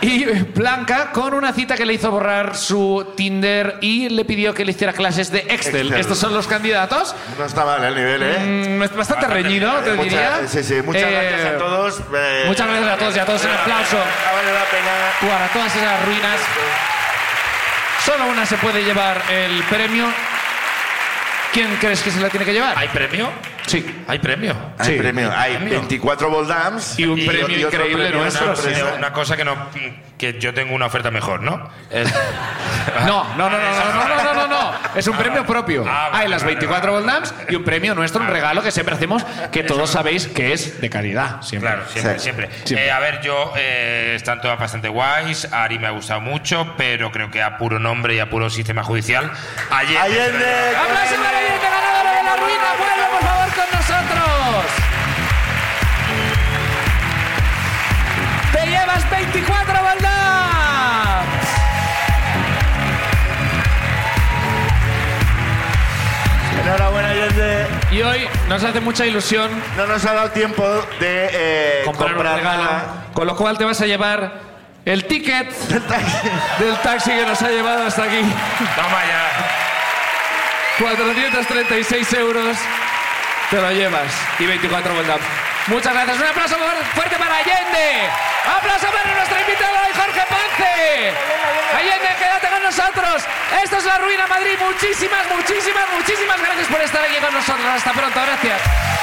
S1: Y Blanca con una cita que le hizo borrar su Tinder y le pidió que le hiciera clases de Excel.
S2: Excel.
S1: Estos son los candidatos.
S2: No está mal el nivel, ¿eh?
S1: Mm, es Bastante reñido, te
S2: Muchas-
S1: diría.
S2: sí, sí, muchas
S1: Eh,
S2: gracias a todos. eh,
S1: Muchas gracias a todos y a todos. Un aplauso
S2: Ha valido la pena.
S1: para todas esas ruinas. Solo una se puede llevar el premio. ¿Quién crees que se la tiene que llevar?
S3: ¿Hay premio?
S1: Sí.
S3: ¿Hay premio?
S2: Hay
S1: Sí.
S2: premio. Hay
S3: Premio.
S2: 24 Boldams.
S1: Y un premio
S2: otro
S1: increíble
S2: premio
S1: nuestro, sí.
S2: sorpresa.
S3: Una, una cosa que no que yo tengo una oferta mejor, ¿no? Es-
S1: No, Ah, no, no, no, no, no, no, no, no, no. Es un premio propio.
S3: Ah, vale,
S1: Hay las
S3: vale,
S1: 24
S3: vale.
S1: Boldams y un premio nuestro, un regalo que siempre hacemos, que todos sabéis que es de caridad. Siempre.
S3: Claro, siempre,
S2: Sí.
S3: siempre.
S1: Siempre.
S3: Eh, a ver, yo eh, están todas bastante guays. Ari me ha gustado mucho, pero creo que a puro nombre y a puro sistema judicial. Ayer.
S2: Allende.
S1: ¡Aplauso para el ganadora de la ruina! ¡Vuelve, por favor, con nosotros! ¡Te llevas 24 Boldams!
S2: Enhorabuena, Allende.
S1: Y hoy nos hace mucha ilusión
S2: No nos ha dado tiempo de eh,
S1: comprar un regalo,
S2: nada.
S1: con lo cual te vas a llevar el ticket del taxi que nos ha llevado hasta aquí.
S3: Toma ya.
S1: 436 euros te lo llevas y 24 vueltas. Muchas gracias. Un aplauso fu- fuerte para Allende. Aplauso para nuestro invitado hoy, Jorge Ponce. Allende, quédate con nosotros. Esto es La Ruina Madrid. Muchísimas, muchísimas, muchísimas gracias por estar aquí con nosotros. Hasta pronto. Gracias.